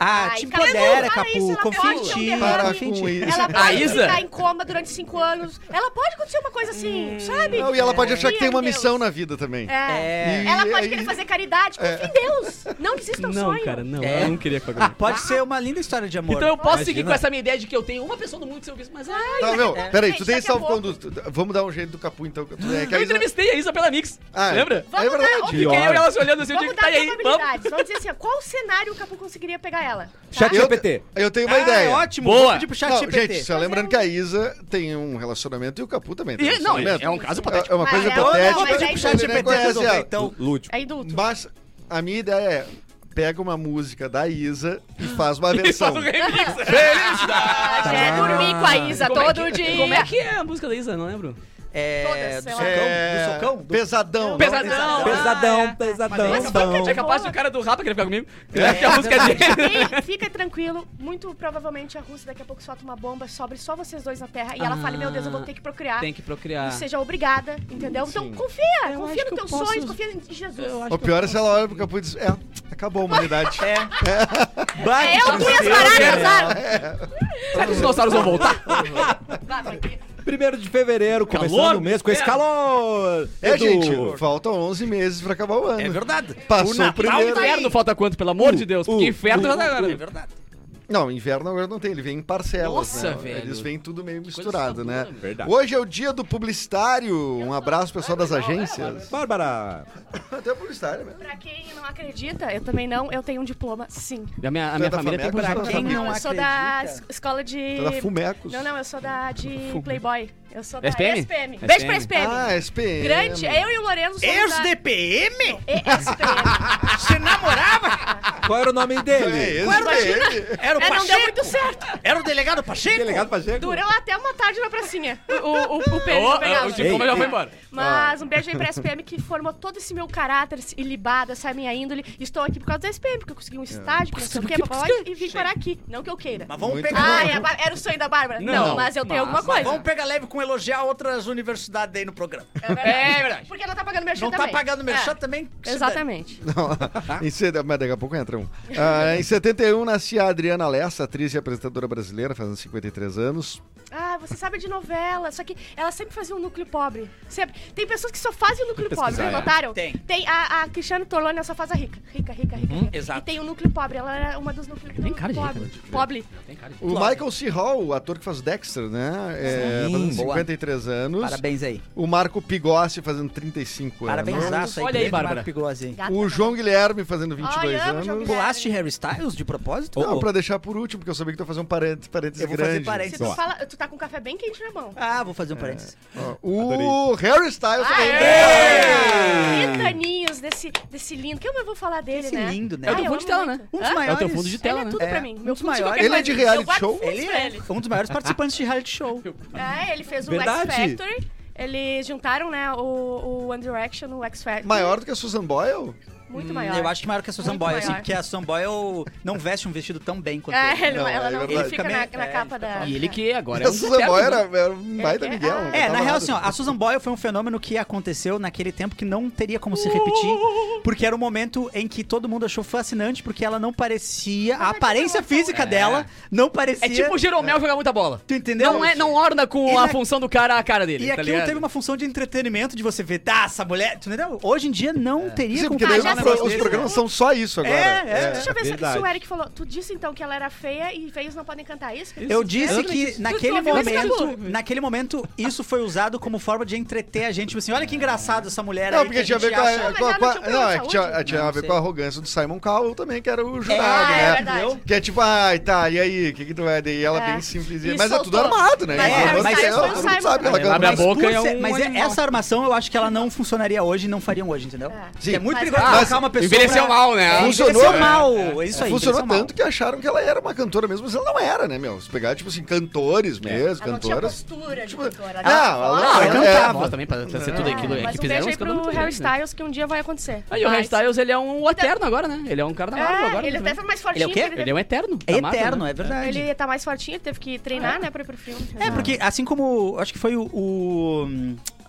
S3: Ah,
S4: Ai,
S3: te
S4: cara,
S3: empodera,
S4: não fala isso,
S3: Capu.
S4: ela
S3: Confia em
S4: pode ter
S3: ti.
S4: um derrame.
S6: Para
S3: confia em ti.
S6: com isso.
S4: Ela
S5: A
S4: pode
S5: Isa?
S4: ficar em coma durante cinco anos. Ela pode acontecer uma coisa assim,
S5: Hum.
S4: sabe?
S6: Não, e ela pode achar que
S4: Meu
S6: tem uma
S4: Deus.
S6: missão na vida também.
S4: É.
S3: É.
S4: Ela
S6: E
S4: pode
S6: aí- É.
S4: querer fazer caridade. Confia em Deus. Não desista do sonho.
S5: não.
S3: É. ela não
S5: queria ficar
S3: Ah, pode ser uma linda história de amor.
S5: Então eu posso seguir
S1: Imagina.
S5: com essa minha ideia de que eu tenho uma pessoa no mundo que eu quis, mas ah, ai.
S6: Tá, meu, peraí,
S4: Gente,
S6: tu tem
S4: daqui a
S6: salvo conduto. Vamos dar um jeito do Capu, então. que tu- é que a
S5: Eu
S6: Isa-
S5: entrevistei a Isa pela Mix.
S6: Ah,
S5: lembra?
S4: Vamos
S6: É verdade.
S4: dar-
S5: Fiquei eu e
S1: pior.
S5: ela se olhando assim, eu digo
S4: Vamos
S5: que
S4: dar
S5: tá aí. Vamos.
S4: probabilidades. Vamos dizer assim, ó, qual cenário o Capu conseguiria pegar ela? Tá?
S1: Chat
S6: Eu,
S1: GPT.
S6: eu tenho uma
S3: Ah,
S6: ideia.
S3: ótimo.
S5: Boa.
S3: Vou pedir pro chat
S6: Não,
S3: GPT.
S6: gente, é só lembrando que a Isa tem um relacionamento e o Capu também tem
S5: E-
S6: um
S5: não,
S6: relacionamento.
S5: é um caso
S6: É- É uma
S4: Mas
S6: coisa
S4: é-
S6: tipo, né,
S3: Eu vou
S4: Mas
S6: hipotética.
S3: pedir
S4: aí
S3: pro
S4: tu-
S3: chat
S6: Ele
S3: GPT
S6: conhece
S3: resolver,
S6: ela.
S3: então.
S1: Lúdico.
S4: É adulto.
S6: assim, Mas a minha ideia é, pega uma música da Isa e faz uma
S5: E
S6: versão.
S5: faz um remix.
S4: Ah, já é dormir com a Isa
S3: tá.
S5: Como é
S4: todo
S5: que- é
S4: dia.
S5: Como é que é a música da Isa? Não lembro.
S3: É,
S4: Todas,
S3: do,
S4: sei
S3: socão,
S4: lá.
S3: do socão? Do
S6: É, Pesadão. não?
S5: Pesadão.
S4: Pesadão,
S5: Ah,
S3: pesadão.
S5: é. É capaz de o cara do Rapa querer ficar comigo. É. Que a música é dele.
S4: E fica tranquilo, muito provavelmente a Rússia daqui a pouco solta uma bomba, sobre só vocês dois na Terra e ela
S5: Ah,
S4: fala: Meu Deus, eu vou ter que procriar.
S5: Tem que procriar.
S4: E seja obrigada, entendeu? Então
S6: Sim.
S4: confia,
S5: Eu acho
S4: confia
S5: que
S4: no
S5: eu
S4: teu
S5: posso-
S4: sonho, confia em Jesus.
S5: Eu acho
S6: O pior é se ela olha pro capuz e diz: É, acabou a humanidade.
S3: É. Bah,
S4: É eu
S3: que
S4: que ia
S3: tristeza.
S4: parar, azar.
S5: Será que os dinossauros vão voltar?
S1: Primeiro de fevereiro,
S5: Calor?
S1: começando o mês com esse
S5: É.
S1: calor!
S6: É,
S1: Edu.
S6: gente, faltam 11 meses pra acabar o ano.
S3: É verdade.
S6: Passou o,
S5: Ah, o
S6: primeiro. é
S5: inferno falta quanto, pelo amor de Deus? Porque
S1: uh,
S5: inferno já tá
S3: É
S5: agora.
S3: verdade.
S6: Não, inverno agora não tem, ele vem em parcelas.
S5: Nossa,
S6: né?
S5: velho.
S6: Eles vêm tudo meio
S5: coisa
S6: misturado, né?
S5: saturada.
S1: Verdade.
S6: Hoje é o dia do publicitário. Um abraço, pessoal das agências.
S1: Bárbara!
S6: Até publicitário, né?
S4: Pra quem não acredita, eu também não, eu tenho um diploma, sim.
S5: A minha, a
S6: é
S5: minha
S6: da
S5: família tem
S6: Fameco,
S5: pra
S6: não.
S5: quem?
S3: Quem não
S4: eu sou da
S3: acredita?
S4: es- escola de.
S6: Tá da Fumecos.
S4: Não, não, eu sou da de Playboy. Eu sou da
S5: SPM?
S4: SPM. Beijo pra SPM.
S6: Ah, SPM.
S4: Grande, é eu e o Lorenzo somos da
S3: Ex-DPM?
S4: ESPM.
S3: Você namorava?
S1: Qual era o nome
S6: É,
S1: dele?
S6: SPM.
S3: Era o
S4: É, não deu
S3: Pacheco?
S4: muito certo.
S3: Era o delegado Pacheco?
S1: Delegado Pacheco?
S4: Durou até uma tarde na pracinha. O, o, o, o Pedro
S5: Ô, é?
S4: pegava.
S5: o diploma
S1: Ei,
S5: já
S1: ei.
S5: foi embora.
S3: Ah.
S4: Mas um beijo aí pra SPM que formou todo esse meu caráter esse ilibado, essa minha índole. Estou aqui por causa da SPM, porque eu consegui um estágio, que não sei o que, papai, e vim parar aqui. Não que eu queira.
S3: É. Mas vamos
S6: Muito
S3: pegar...
S4: Ah, é a Bár- era o sonho da Bárbara?
S5: Não,
S4: Não, mas eu tenho
S5: mas-
S4: alguma coisa.
S3: Vamos pegar leve com elogiar outras universidades aí no programa.
S4: É verdade.
S5: É verdade.
S4: Porque não tá pagando merchan
S3: Não
S4: também. É.
S3: tá pagando merchan também? que se dane.
S4: Exatamente.
S6: Não, em set... Mas daqui a pouco entra um. Ah, em 71 nascia a Adriana Lessa, atriz e apresentadora brasileira, fazendo 53 anos.
S4: Ah, você sabe de novela, só que ela sempre fazia um núcleo pobre. Sempre. Tem pessoas que só fazem o núcleo pobre,
S1: pesquisar,
S4: vocês
S1: é.
S4: notaram?
S3: Tem. Uhum,
S4: Tem a, a Cristiane Torlone, ela só faz a rica. Rica, rica, rica. rica.
S3: exato.
S4: E tem o núcleo pobre, ela era uma dos núcleos
S5: Tem cara de rica,
S4: pobre.
S5: né?
S4: pobre.
S6: O Michael C. Hall, o ator que faz o Dexter, né? É,
S1: Sim.
S6: fazendo
S3: Boa.
S6: 53 anos.
S3: Parabéns aí.
S6: O Marco Pigossi fazendo 35
S3: Parabéns Tá,
S6: anos.
S3: aço aí.
S5: Olha aí,
S3: grande
S5: Bárbara.
S3: Marco Pigozzi, hein?
S4: Gata,
S6: O João Guilherme fazendo 22
S4: Ai, amo tá. o
S6: anos.
S4: João Guilherme.
S3: Pulaste Harry Styles de propósito?
S6: Não,
S3: Ou-
S6: pra deixar por último, porque eu sabia que tu ia fazer um parênteses, parênteses
S3: Eu vou fazer
S6: grande.
S3: parênteses.
S4: Se tu
S1: Boa.
S4: fala, tu tá com o café bem quente na mão.
S3: Ah, vou fazer um parênteses.
S6: Ó, O Harry Styles
S4: Ah,
S6: também.
S4: é? Que daninhos desse, desse lindo. Que eu vou falar dele,
S3: Esse
S4: né?
S3: lindo, né?
S5: É o
S4: Ah,
S5: teu
S4: eu
S5: fundo de
S4: amo
S5: tela, né?
S4: muito. Hã?
S5: É o teu fundo de tela,
S4: ele
S5: né?
S4: é tudo
S3: né? É.
S4: pra mim. Meu
S3: Muito
S4: fundo de
S3: maior.
S4: qualquer
S6: Ele é
S4: coisa.
S6: de reality
S4: Eu guardo
S6: show?
S4: fundos pra ele.
S3: um dos maiores participantes de reality show.
S4: É, ele fez o
S1: Verdade.
S4: X Factor. Eles juntaram, né, o, o One Direction, o X Factor.
S6: Maior do que a Susan Boyle?
S4: Muito
S3: Hum,
S4: maior.
S3: Eu acho que maior que a Susan
S4: Muito
S3: Boyle, assim,
S4: maior.
S3: porque a Susan Boyle não veste um vestido tão bem quanto
S4: É,
S3: ele.
S4: ele,
S6: Não, é
S4: ela não, ele
S6: verdade.
S4: fica
S3: Também-
S4: na, na
S3: é,
S4: capa da...
S5: E ele que agora é
S6: a
S5: um
S6: Susan
S5: eterno,
S6: Boyle era,
S5: né?
S6: era um baita
S4: é-
S6: Miguel.
S4: ah,
S6: não
S3: É,
S6: tava
S3: na real,
S6: nada.
S3: assim, ó, a Susan Boyle foi um fenômeno que aconteceu naquele tempo que não teria como se repetir, porque era um momento em que todo mundo achou fascinante, porque ela não parecia, a aparência física dela não parecia...
S5: É tipo o Jeromel jogar muita bola.
S3: Tu entendeu?
S5: Não, é, não orna com
S3: E
S5: a
S3: na-
S5: função do cara a cara dele.
S3: E
S5: tá
S3: aquilo
S5: ligado?
S3: teve uma função de entretenimento, de você ver, tá, essa mulher... Tu entendeu? Hoje em dia não
S5: É.
S3: teria
S6: Sim,
S3: como
S6: porque daí
S4: Ah, já
S3: um
S6: os, pro-
S4: sei.
S6: os
S3: desse,
S6: programas são só isso agora.
S3: É, é.
S4: Deixa eu ver se
S1: Verdade.
S4: o Eric falou. Tu disse, então, que ela era feia e feios não podem cantar é isso? que
S3: Eu
S4: tu
S3: disse
S4: disse?
S3: que naquele
S4: ouviu esse
S3: momento,
S4: cabelo?
S3: naquele momento, isso foi usado como forma de entreter a gente. Tipo assim, olha que engraçado essa mulher
S6: Não,
S3: aí.
S6: porque
S3: que
S6: tinha a ver com
S3: gente acha-
S6: a,
S4: mas
S6: com a-
S4: ela
S6: com
S4: não tinha
S6: a-
S4: um
S6: não,
S4: plano de
S6: é que tinha,
S4: saúde?
S6: tinha a
S3: Não
S6: ver
S3: sei.
S6: com a arrogância do Simon Cowell também, que era o jurado,
S4: ah, é
S6: né?
S4: verdade.
S3: Entendeu?
S6: que é tipo, ai, tá, e aí, o que, que tu vai? E ela
S4: É.
S6: bem simplesinha.
S4: E
S6: Mas é
S4: soltou.
S6: tudo armado, né?
S4: Mas
S6: E
S3: é,
S6: todo mundo
S3: mas
S6: sabe,
S3: é,
S6: todo mundo
S4: Simon
S6: sabe que ela
S5: Cowell. Abre a
S3: Mas
S5: boca
S3: por
S5: é
S3: ser-
S5: um
S3: Mas é-
S5: animal.
S3: essa armação eu acho que ela não funcionaria hoje e não fariam hoje, entendeu?
S4: É.
S6: Sim.
S3: É muito
S4: Mas-
S3: perigoso
S4: Ah,
S3: colocar uma pessoa.
S5: Envelheceu
S3: pra-
S5: mal,
S3: É,
S5: né?
S6: Funcionou,
S3: envelheceu
S6: né?
S3: mal. Isso é aí.
S6: Funcionou
S3: envelheceu mal.
S6: tanto que acharam que ela era uma cantora mesmo, mas ela não era, né, meu? Se pegar, tipo assim, cantores mesmo,
S4: Ela não tinha
S6: cantoras.
S4: postura de
S6: Tipo,
S4: cantora.
S6: não, ela
S5: Ah,
S6: É.
S5: ela cantava
S6: É.
S5: também pra pra ser tudo
S4: É,
S5: aquilo.
S4: mas um
S5: fizeram
S4: beijo aí
S5: uns cantos
S4: pro
S5: muito
S4: Harry
S5: grandes, né?
S4: Styles, que um dia vai acontecer.
S5: Aí o Harry
S4: Mas-
S5: Styles, ele é um eterno agora, né? Ele é um cara da Marvel
S4: É,
S5: agora. né,
S4: ele até
S5: também.
S4: foi mais
S5: Ele é o
S4: fortinho.
S5: quê?
S4: que
S5: Ele é um eterno.
S3: É
S5: da Marvel,
S3: eterno,
S5: né?
S3: é verdade.
S4: Ele tá mais fortinho, ele teve que treinar, né, pra ir pro filme.
S3: É, porque assim como. Acho que foi o. o-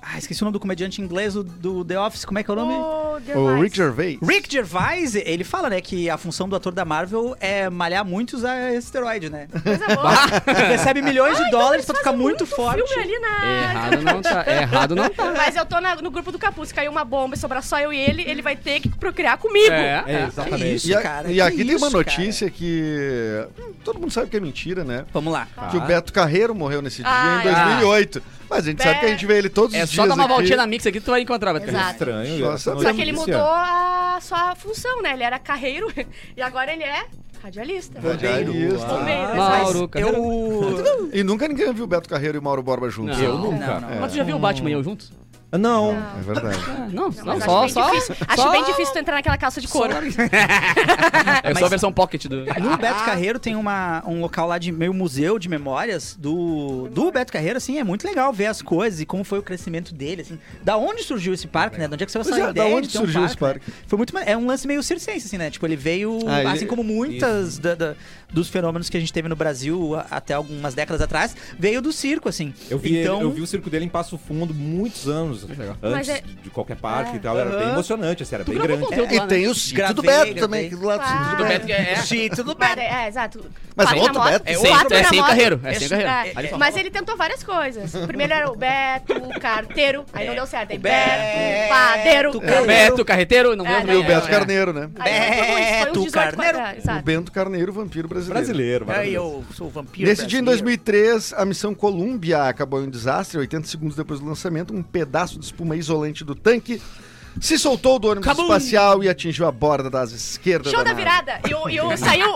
S3: ah, esqueci o nome do comediante inglês do, do The Office. Como é que é o nome?
S4: O, The
S6: O
S4: Vice.
S6: Rick Gervais.
S3: Rick Gervais, ele fala, né, que a função do ator da Marvel é malhar muitos a esteroide, né?
S4: Coisa boa.
S3: Ele recebe milhões de dólares
S4: Eles
S3: pra ficar
S4: fazem
S3: muito, forte.
S4: filme ali na...
S5: Errado não tá. Errado não tá.
S4: Mas eu tô na- no grupo do Capuz, se caiu uma bomba e sobrar só eu e ele, ele vai ter que procriar comigo.
S5: É, é.
S1: exatamente.
S3: Que isso,
S6: e a-
S3: cara,
S6: e
S3: que
S6: aqui tem uma
S3: isso,
S6: notícia que hum, todo mundo sabe que é mentira, né?
S3: cara. Vamos lá.
S6: Que o Beto Carreiro morreu nesse dia
S4: Tá. Ah,
S6: em
S4: é.
S6: 2008. Mas a gente sabe que a gente vê ele todos
S5: É
S6: os dias
S5: só dar uma
S6: aqui.
S5: voltinha na mix aqui que tu vai encontrar, Beto.
S4: Exato.
S1: É Estranho.
S6: Nossa,
S1: essa
S4: Só que ele
S1: notícia.
S4: mudou a sua função, né? Ele era carreiro e agora ele é radialista.
S6: É Radialista.
S4: Bombeiro,
S5: Mauro,
S4: exato.
S5: cara.
S3: Eu.
S6: E nunca ninguém viu o Beto Carreiro e o Mauro Borba juntos.
S5: Não. Eu
S1: nunca.
S3: Não, não.
S1: É.
S5: Mas tu já viu o Batman e eu juntos?
S1: Não.
S6: É verdade.
S5: Ah, Não,
S4: Não,
S5: não,
S4: mas
S5: só,
S4: acho
S5: só.
S4: bem difícil. Acho
S5: só-
S4: bem difícil tu entrar naquela calça de couro.
S5: É só a versão pocket do.
S6: Ah,
S3: No Beto Carreiro tem uma, um local lá de meio museu de memórias do, do Beto Carreiro, assim, é muito legal ver as coisas e como foi o crescimento dele, assim. Da onde surgiu esse parque, né? De onde é que saiu essa
S6: Pois é, da
S3: ideia de
S6: onde
S3: ter um
S6: surgiu esse
S3: né? Foi muito, ma- é um lance meio circense, assim, né? Tipo, ele veio,
S6: Ah, ele-
S3: assim como muitas da- da- dos fenômenos que a gente teve no Brasil a- até algumas décadas atrás, veio do circo, assim.
S1: Eu vi,
S3: então,
S1: ele- eu vi o circo dele em Passo Fundo muitos anos
S4: Mas
S1: antes
S4: é-
S1: de qualquer parque
S4: É.
S1: e tal. Era bem
S3: Aham.
S1: emocionante, assim, era bem
S5: gravou
S1: grande.
S5: tudo?
S6: E tem o sítio do
S3: Gravei, gravei.
S6: Beto também, aqui do lado do sítio do
S4: Claro.
S6: Beto.
S5: Beto, é.
S3: Sim, tudo bem.
S4: Cara, é, exato.
S6: Mas é
S4: Quatro
S6: outro
S4: na moto,
S6: Beto,
S5: é
S4: quatro
S5: outro, é
S4: na
S5: sem
S4: moto.
S5: carreiro, é sem carreiro.
S4: É,
S5: Ali fala.
S4: Mas ele tentou várias coisas. Primeiro era o Beto, o carteiro, aí
S5: É.
S4: não deu certo. Aí
S3: O
S4: Beto,
S3: Beto,
S4: padeiro.
S3: Carreiro.
S5: Beto, carreteiro, não
S4: É,
S5: lembro
S4: não,
S6: E o
S4: é,
S6: Beto
S5: É.
S6: Carneiro, né?
S4: Aí foi um tudo isso, foi uns 18
S3: Beto Carneiro.
S4: quadra-
S6: O
S4: exato.
S6: Bento Carneiro, vampiro
S1: É,
S6: brasileiro.
S1: Brasileiro,
S3: Aí
S1: maravilhoso.
S3: É, eu sou o vampiro.
S6: Nesse dia, em
S3: brasileiro.
S6: 2003, a missão Columbia acabou em um desastre. 80 segundos depois do lançamento, um pedaço de espuma isolante do tanque se soltou do ônibus
S5: Kabum!
S6: espacial e atingiu a borda das esquerdas.
S4: Show da
S6: nave.
S4: virada. E, o, e o- saiu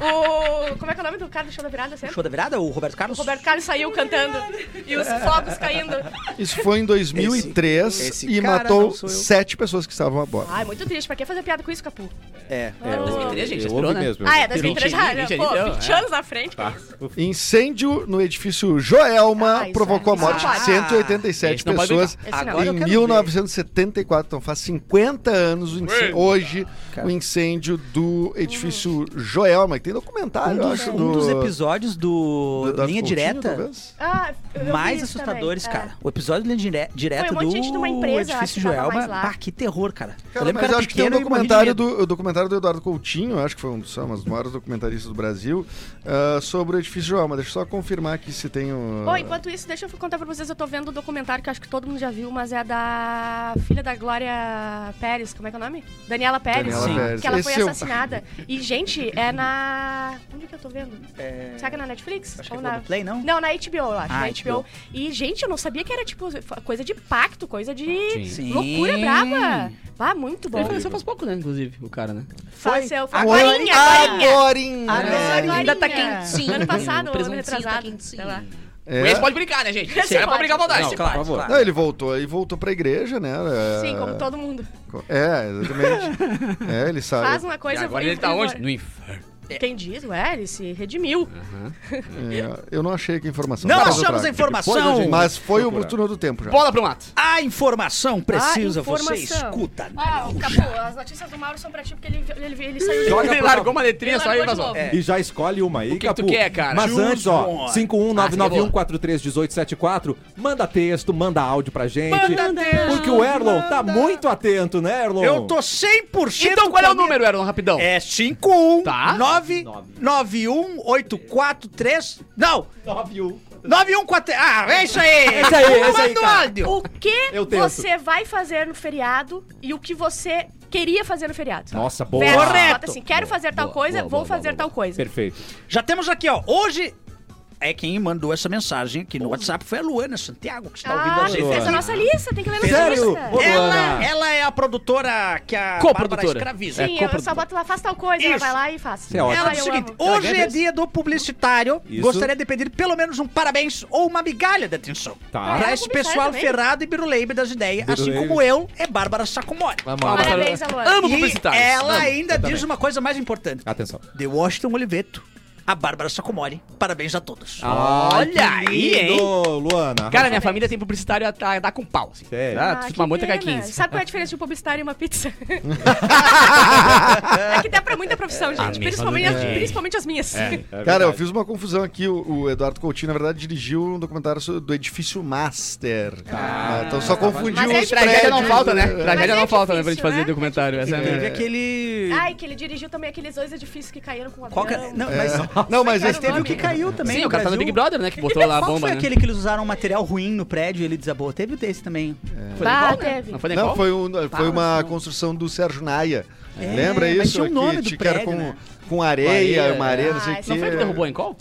S4: o, o- Como é que é o nome do cara do show da virada? sempre?
S3: um Show da virada, o Roberto Carlos?
S4: O Roberto Carlos saiu cantando e os fogos caindo.
S6: Isso foi em 2003
S3: Esse- esse
S6: e
S3: cara
S6: matou
S3: não sou eu.
S6: sete pessoas que estavam a bordo.
S4: Ai, muito triste. Pra que fazer piada com isso, Capu?
S3: É.
S4: É,
S5: 2003, gente,
S1: eu
S5: respirou,
S1: ouvi
S5: né?
S1: mesmo. eu
S4: Ah, é,
S1: ouvi.
S4: 2003 já.
S5: Gente,
S4: Pô,
S5: entendeu?
S4: 20
S5: É.
S4: anos na frente.
S1: Tá.
S6: Incêndio no edifício Joelma
S4: Ah, isso
S6: provocou a
S4: é-
S6: morte
S4: isso
S6: de
S4: não
S6: 187
S5: Esse não vai
S6: pessoas
S4: brigar. Esse não.
S3: Agora eu
S6: É, em
S3: quero ver.
S6: 1974. Então faz 50 anos o incê- hoje
S3: Cara.
S6: o incêndio do edifício Joelma, que tem
S3: Um
S6: documentário, Ah, eu
S3: dos,
S6: acho,
S3: um
S6: do,
S3: dos episódios do,
S6: do Eduardo
S3: Linha
S6: Coutinho,
S3: Direta
S6: talvez.
S4: Ah, eu vi
S3: mais
S4: isso
S3: assustadores,
S4: também. É.
S3: cara. O episódio do Linha Dire- Direta
S4: Foi um monte
S3: do
S4: de gente numa empresa, eu acho
S3: Edifício
S4: que tava
S3: Joelma.
S4: mais lá.
S3: Pá, que terror, cara.
S6: Cara,
S3: eu lembro
S6: mas
S3: que
S6: eu
S3: era
S6: acho que tem um
S3: pequeno
S6: documentário
S3: e morri de medo.
S6: do, o documentário do Eduardo Coutinho, acho que foi um dos, sei lá, umas maiores documentaristas do Brasil, ah, sobre o edifício Joelma. Deixa eu só confirmar aqui se tem o.
S4: Bom, então, enquanto isso, deixa eu contar pra vocês. Eu tô vendo um documentário que eu acho que todo mundo já viu, mas é da filha da Glória Pérez. Como é que é o nome? Daniela Pérez.
S6: Daniela
S4: Sim.
S6: Pérez.
S4: Que ela
S6: Esse
S4: foi
S6: eu-
S4: assassinada. E, gente, é na. Onde que eu tô vendo? Será que é na Netflix?
S3: Acho que
S4: Ou
S3: é
S4: na...
S3: Play, não?
S4: Não, na HBO, eu acho.
S3: Ah,
S4: na HBO.
S3: HBO.
S4: E, gente, eu não sabia que era, tipo, coisa de pacto, coisa de
S3: Sim.
S4: loucura
S3: Sim.
S4: brava. Ah, muito bom.
S5: Ele faleceu faz pouco, né, inclusive, o cara, né?
S3: Foi.
S4: Faleceu, foi
S3: Agora-
S4: agorinha, agorinha.
S6: Agorinha!
S5: "Ah,
S3: Agorinha.
S4: Ainda tá
S5: quentinho.
S4: Ano passado, ano
S5: Presuntinho tá
S4: retrasado.
S5: quentinho.
S4: sei lá.
S6: É.
S5: O ex pode brincar, né, gente? Esse cara pode
S4: pode.
S5: brincar à vontade.
S3: Não,
S5: esse
S3: claro,
S5: pode.
S3: por favor.
S6: Não, ele voltou e voltou pra igreja, né? É,
S4: Sim,
S5: Ah.
S4: como todo mundo.
S6: É, exatamente. é, ele sabe.
S4: Faz uma
S5: E
S4: coisa
S5: agora
S4: e-
S5: ele tá
S4: e-
S5: onde? No inferno.
S4: Quem diz, ué, ele se redimiu.
S6: É, eu não achei aqui a informação.
S3: Não
S6: Depois eu
S3: achamos a
S6: trago.
S3: informação.
S1: gente-
S6: Mas foi o
S1: Procurar.
S6: turno do tempo já.
S5: Bola pro mato.
S3: A informação precisa,
S4: Ah, informação.
S3: você escuta.
S4: Ah, o Capô, as notícias do Mauro são pra ti porque ele, ele, ele saiu
S1: Joga
S5: Ele
S1: pra-
S5: largou uma letrinha
S4: Ele
S5: só e
S4: largou de
S5: vazou.
S4: novo.
S5: É.
S1: E já escolhe uma aí,
S5: O que que tu
S1: Capu.
S5: quer, cara?
S1: Mas
S3: Choose
S1: antes, ó,
S3: one.
S1: 51991431874, manda texto, manda áudio pra gente. Porque o Erlon tá muito atento, né, Erlon?
S3: Eu tô 100%
S5: Oh.
S4: Tipo
S5: Então qual é o
S3: comigo.
S5: número, Erlon, rapidão?
S3: É 51
S5: Tá.
S3: 9 91843. Não! 9143. Ah, é isso aí!
S1: Esse aí, esse aí,
S3: Manda o
S1: cara.
S3: áudio.
S4: O que
S1: Eu tento.
S4: você vai fazer no feriado e o que você queria fazer no feriado?
S1: Nossa, boa.
S4: Verso,
S3: Correto.
S4: bota assim, quero fazer tal
S1: Boa,
S4: coisa,
S1: boa,
S4: vou
S1: boa,
S4: fazer
S1: boa,
S4: tal
S1: boa.
S4: coisa.
S1: Perfeito.
S3: Já temos aqui, ó. Hoje é quem mandou essa mensagem aqui no WhatsApp foi a Luana Santiago, que está Tá ouvindo
S4: Ah,
S3: a
S4: tem
S3: gente.
S4: que fazer a
S1: Luana.
S4: nossa lista, tem que ler a nossa
S1: Sério?
S4: lista.
S1: Ô,
S3: Ela,
S1: Luana.
S3: ela é a produtora que a
S5: Co-produtora. É,
S3: Bárbara escraviza.
S4: Sim, eu só boto lá, faz tal coisa, ela
S3: Isso.
S4: vai lá e faz.
S1: é ótimo.
S3: Ela
S4: Ah,
S3: diz
S4: eu
S3: o seguinte:
S4: amo.
S1: Ela
S3: hoje
S1: ganha
S3: é
S1: dez?
S3: dia do publicitário.
S1: Isso.
S3: Gostaria de pedir pelo menos um parabéns ou uma migalha de atenção.
S1: Tá.
S3: Para
S4: Ah,
S3: esse
S4: publicitário
S3: pessoal
S4: também?
S3: ferrado e biruleibe das ideias, assim
S1: Biruleibe.
S3: como eu, é Bárbara Sacomori.
S1: Vamos lá.
S4: Parabéns, Alana.
S5: Amo
S3: E
S5: publicitários.
S3: ela
S5: Amo.
S3: ainda
S1: Eu
S3: diz
S1: também.
S3: uma coisa mais importante:
S1: Atenção.
S3: de Washington Oliveto, a Bárbara Sacomori. Parabéns a todos.
S5: Ah, Olha aí, hein?
S1: Luana.
S5: Cara, minha família tem publicitário tá, dá com pau. Assim.
S1: Sério?
S5: Tá?
S4: Ah,
S5: Tu
S4: que
S5: uma moita que é
S4: pena.
S5: 15.
S4: Sabe qual é a diferença de um publicitário e uma pizza? é que dá pra muita profissão, gente.
S5: mesma
S4: Principalmente,
S5: do
S4: as, principalmente as minhas.
S1: É
S6: Cara, eu
S1: verdade.
S6: fiz uma confusão aqui. O, o Eduardo Coutinho, na verdade, dirigiu um documentário sobre- do edifício Master. Ah, então só confundiu
S4: Mas é
S6: os
S4: difícil.
S5: Tragédia não
S6: prédios,
S5: falta, né?
S6: é.
S5: Tragédia
S4: Mas é
S5: não falta, né? Pra gente
S4: difícil,
S5: fazer
S4: né?
S5: documentário. Essa é a
S3: Teve
S5: minha-
S3: aquele.
S4: Ai, que ele dirigiu também aqueles dois edifícios que caíram com o avião.
S3: Qual que era? Não, mas,
S6: Não, mas
S3: mas
S4: Qual era
S6: esse
S3: teve o
S4: nome?
S3: que caiu também.
S5: É. Sim, o cara tá no
S3: Brasil.
S5: Big Brother, né? Que botou lá a
S3: Qual
S5: bomba,
S3: foi
S5: né?
S3: aquele que eles usaram um material ruim no prédio e ele desabou? Teve o desse também.
S5: Foi
S4: Bah,
S5: Nepal, né?
S4: teve.
S5: Não foi
S6: Não,
S5: Nepal?
S6: foi, um- foi
S3: Fala,
S6: uma
S3: senão.
S6: construção do Sérgio Naia.
S3: É,
S6: Lembra
S3: mas
S6: isso?
S3: tinha um nome
S6: Que
S3: do
S6: te quero
S3: prédio,
S6: com,
S3: né?
S6: com areia,
S5: Areia, então
S6: uma areia,
S4: é.
S6: não sei
S4: Ah,
S6: o
S4: esse
S6: quê.
S5: Não foi ele que derrubou em call?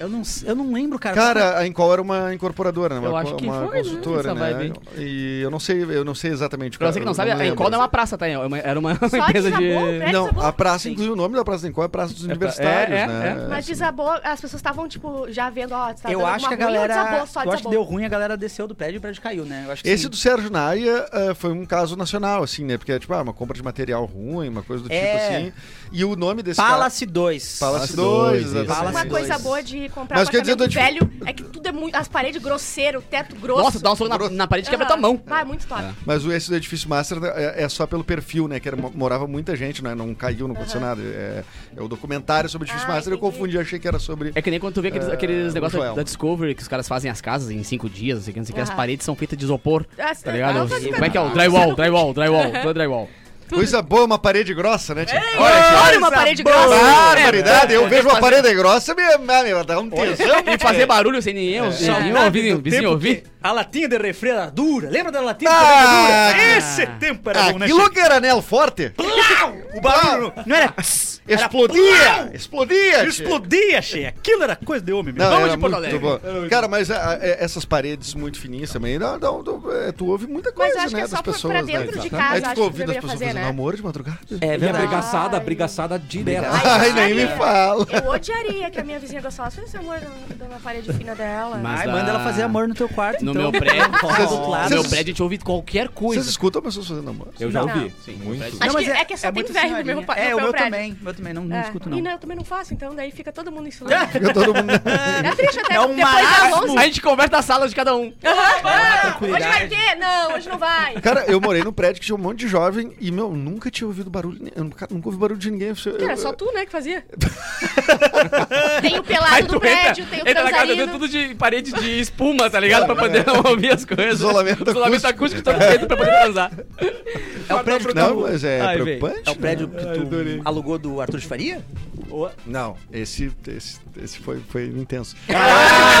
S3: Eu não, eu não lembro, cara.
S6: Cara, a Incol era uma incorporadora, né? Uma,
S5: Eu acho
S6: co-
S5: que
S6: uma
S5: foi, né,
S6: consultora,
S5: essa
S6: né?
S5: vibe
S6: E eu não sei, eu não sei exatamente.
S5: Pra
S6: qual-
S5: você que
S6: eu
S5: não sabe, a
S6: lembro.
S5: Encoda é uma praça, tá? É uma- Era uma
S4: Só
S5: empresa de...
S4: desabou, né?
S6: Não,
S4: Desabou?
S6: a praça,
S3: Sim.
S6: inclusive o nome da praça da Incol é Praça dos
S5: pra-
S6: Universitários,
S5: é,
S6: né?
S5: é.
S4: Mas desabou, as pessoas estavam, tipo, já vendo, ó, tá
S3: eu
S4: dando
S3: acho que a
S4: alguma ruim, ou
S3: galera.
S4: desabou, só
S3: eu acho que
S4: desabou.
S3: deu ruim, a galera desceu do prédio e o prédio caiu, né? Eu acho que
S6: Esse
S3: sim.
S6: do Sérgio Naia eh, foi um caso nacional, assim, né? Porque é tipo, ah, uma compra de material ruim, uma coisa do
S3: É.
S6: tipo assim. E o nome desse
S3: Palace 2.
S6: cara. Palace
S2: Palace
S6: 2,
S2: dois,
S6: exatamente.
S3: Fala
S4: Uma
S3: assim,
S4: coisa
S3: dois.
S4: boa de comprar
S6: Mas
S4: Mas
S6: quer dizer,
S4: apartamento
S6: eu
S4: velho é que tudo é muito. As paredes grosseiro, o teto grosso.
S5: Nossa, dá um soco na, na parede e quebra tua mão.
S4: Ah, é muito top.
S6: Mas o esse do Edifício Master é, é só pelo perfil, né? Que era- morava muita gente, né? Não caiu, não aconteceu nada. É, é o documentário sobre o Edifício
S4: Ah,
S6: Master, eu
S4: entendi.
S6: confundi, achei que era sobre.
S5: É que nem quando tu vê aqueles,
S6: É,
S5: aqueles
S6: o
S5: negócios da,
S6: Joel.
S5: da Discovery que os caras fazem as casas em cinco dias, não sei o que, não sei o que. As
S4: Ah.
S5: paredes são feitas de isopor,
S4: Ah,
S5: tá
S4: sim.
S5: ligado?
S4: Ah, mas
S5: Como é que é o drywall, drywall, drywall, todo drywall.
S6: Coisa boa, uma parede grossa, né? Tipo,
S4: Olha uma parede
S6: É.
S4: grossa.
S6: barbaridade, eu vejo uma
S5: fazer-
S6: parede grossa, me, me, me dá um tesão.
S5: E fazer barulho sem ninguém, sem
S3: Saudade
S5: nenhum
S3: do
S5: ouvir,
S3: tempo
S5: vizinho ouvir.
S3: que A latinha de refri era dura. Lembra da latinha
S6: Ah,
S3: de refri
S6: que-
S3: dura? Esse tempo era
S5: Ah,
S3: bom, né?
S6: Aquilo que era anel forte,
S3: Chico? O barulho não era... tss, era
S6: explodia, explodia. tchê.
S3: Explodia, cheia. Aquilo era coisa de homem, meu.
S6: Não,
S5: Vamos
S6: era
S5: de Porto
S6: muito
S5: Alegre.
S6: bom. Cara, mas a- a- essas paredes muito fininhas também, dá- dá um- dá- é, tu ouve muita
S4: Mas
S6: coisa,
S4: eu acho que
S6: né?
S4: é
S6: das
S4: só pra-
S6: pessoas,
S4: pra dentro
S6: né?
S4: de casa,
S6: Aí
S4: acho
S6: tu
S4: que
S6: fica ouvindo as
S4: deveria
S6: pessoas
S4: fazer,
S6: fazendo
S4: né?
S6: amor de madrugada.
S3: É
S1: E a
S3: verdade.
S1: brigaçada, a
S4: Ai.
S1: brigaçada direto.
S4: Ai,
S6: Ai, nem me
S4: odiaria.
S6: fala.
S4: Eu odiaria que a minha vizinha gostasse. Faz esse amor na, na parede fina dela.
S5: Mas-
S3: Ai,
S5: da-
S3: manda ela fazer amor no teu quarto,
S5: No
S3: então.
S5: meu prédio,
S3: Vocês-
S5: no meu
S6: vocês-
S5: prédio a gente ouve qualquer
S6: Vocês
S5: coisa.
S6: escutam pessoas fazendo amor?
S1: Eu já
S4: Não.
S1: ouvi. Muito.
S4: Acho
S3: Não, mas
S4: que- é que é só tem
S3: muito
S4: velho no
S3: senhorinha.
S4: meu pa-
S3: É,
S4: no
S3: o
S4: meu
S3: meu
S4: prédio.
S3: também. Meu também, não, não
S4: É.
S3: escuto
S4: E não,
S3: não.
S4: eu também não faço, então daí fica todo mundo em silêncio.
S6: Fica todo mundo...
S4: é triste até
S3: É um
S4: depois das
S3: marasmo.
S4: 11.
S5: A gente conversa na sala de cada um.
S4: Ah, hoje
S3: tranquilidade.
S4: vai ter? Não, hoje não vai.
S6: Cara, eu morei num prédio que tinha um monte de jovem e, meu, nunca tinha ouvido barulho. ne- Eu nunca, nunca ouvi barulho de ninguém. Eu-
S4: Cara,
S6: eu-
S4: só tu, né, que fazia. tem o pelado
S5: Aí
S4: do
S5: tu
S4: prédio,
S5: entra,
S4: tem o
S5: entra na casa
S4: transarino.
S5: tudo de parede de espuma, tá ligado? Pra poder não ouvir as coisas.
S6: Isolamento
S5: Isolamento acústico, todo dentro pra poder transar.
S3: É o prédio que
S6: Não,
S3: tu...
S6: mas é
S5: Ai, véi.
S6: preocupante. né?
S3: É o prédio que
S6: Ai, adorei.
S3: tu alugou do Arthur de Faria?
S6: Não, esse, esse, esse foi, foi intenso.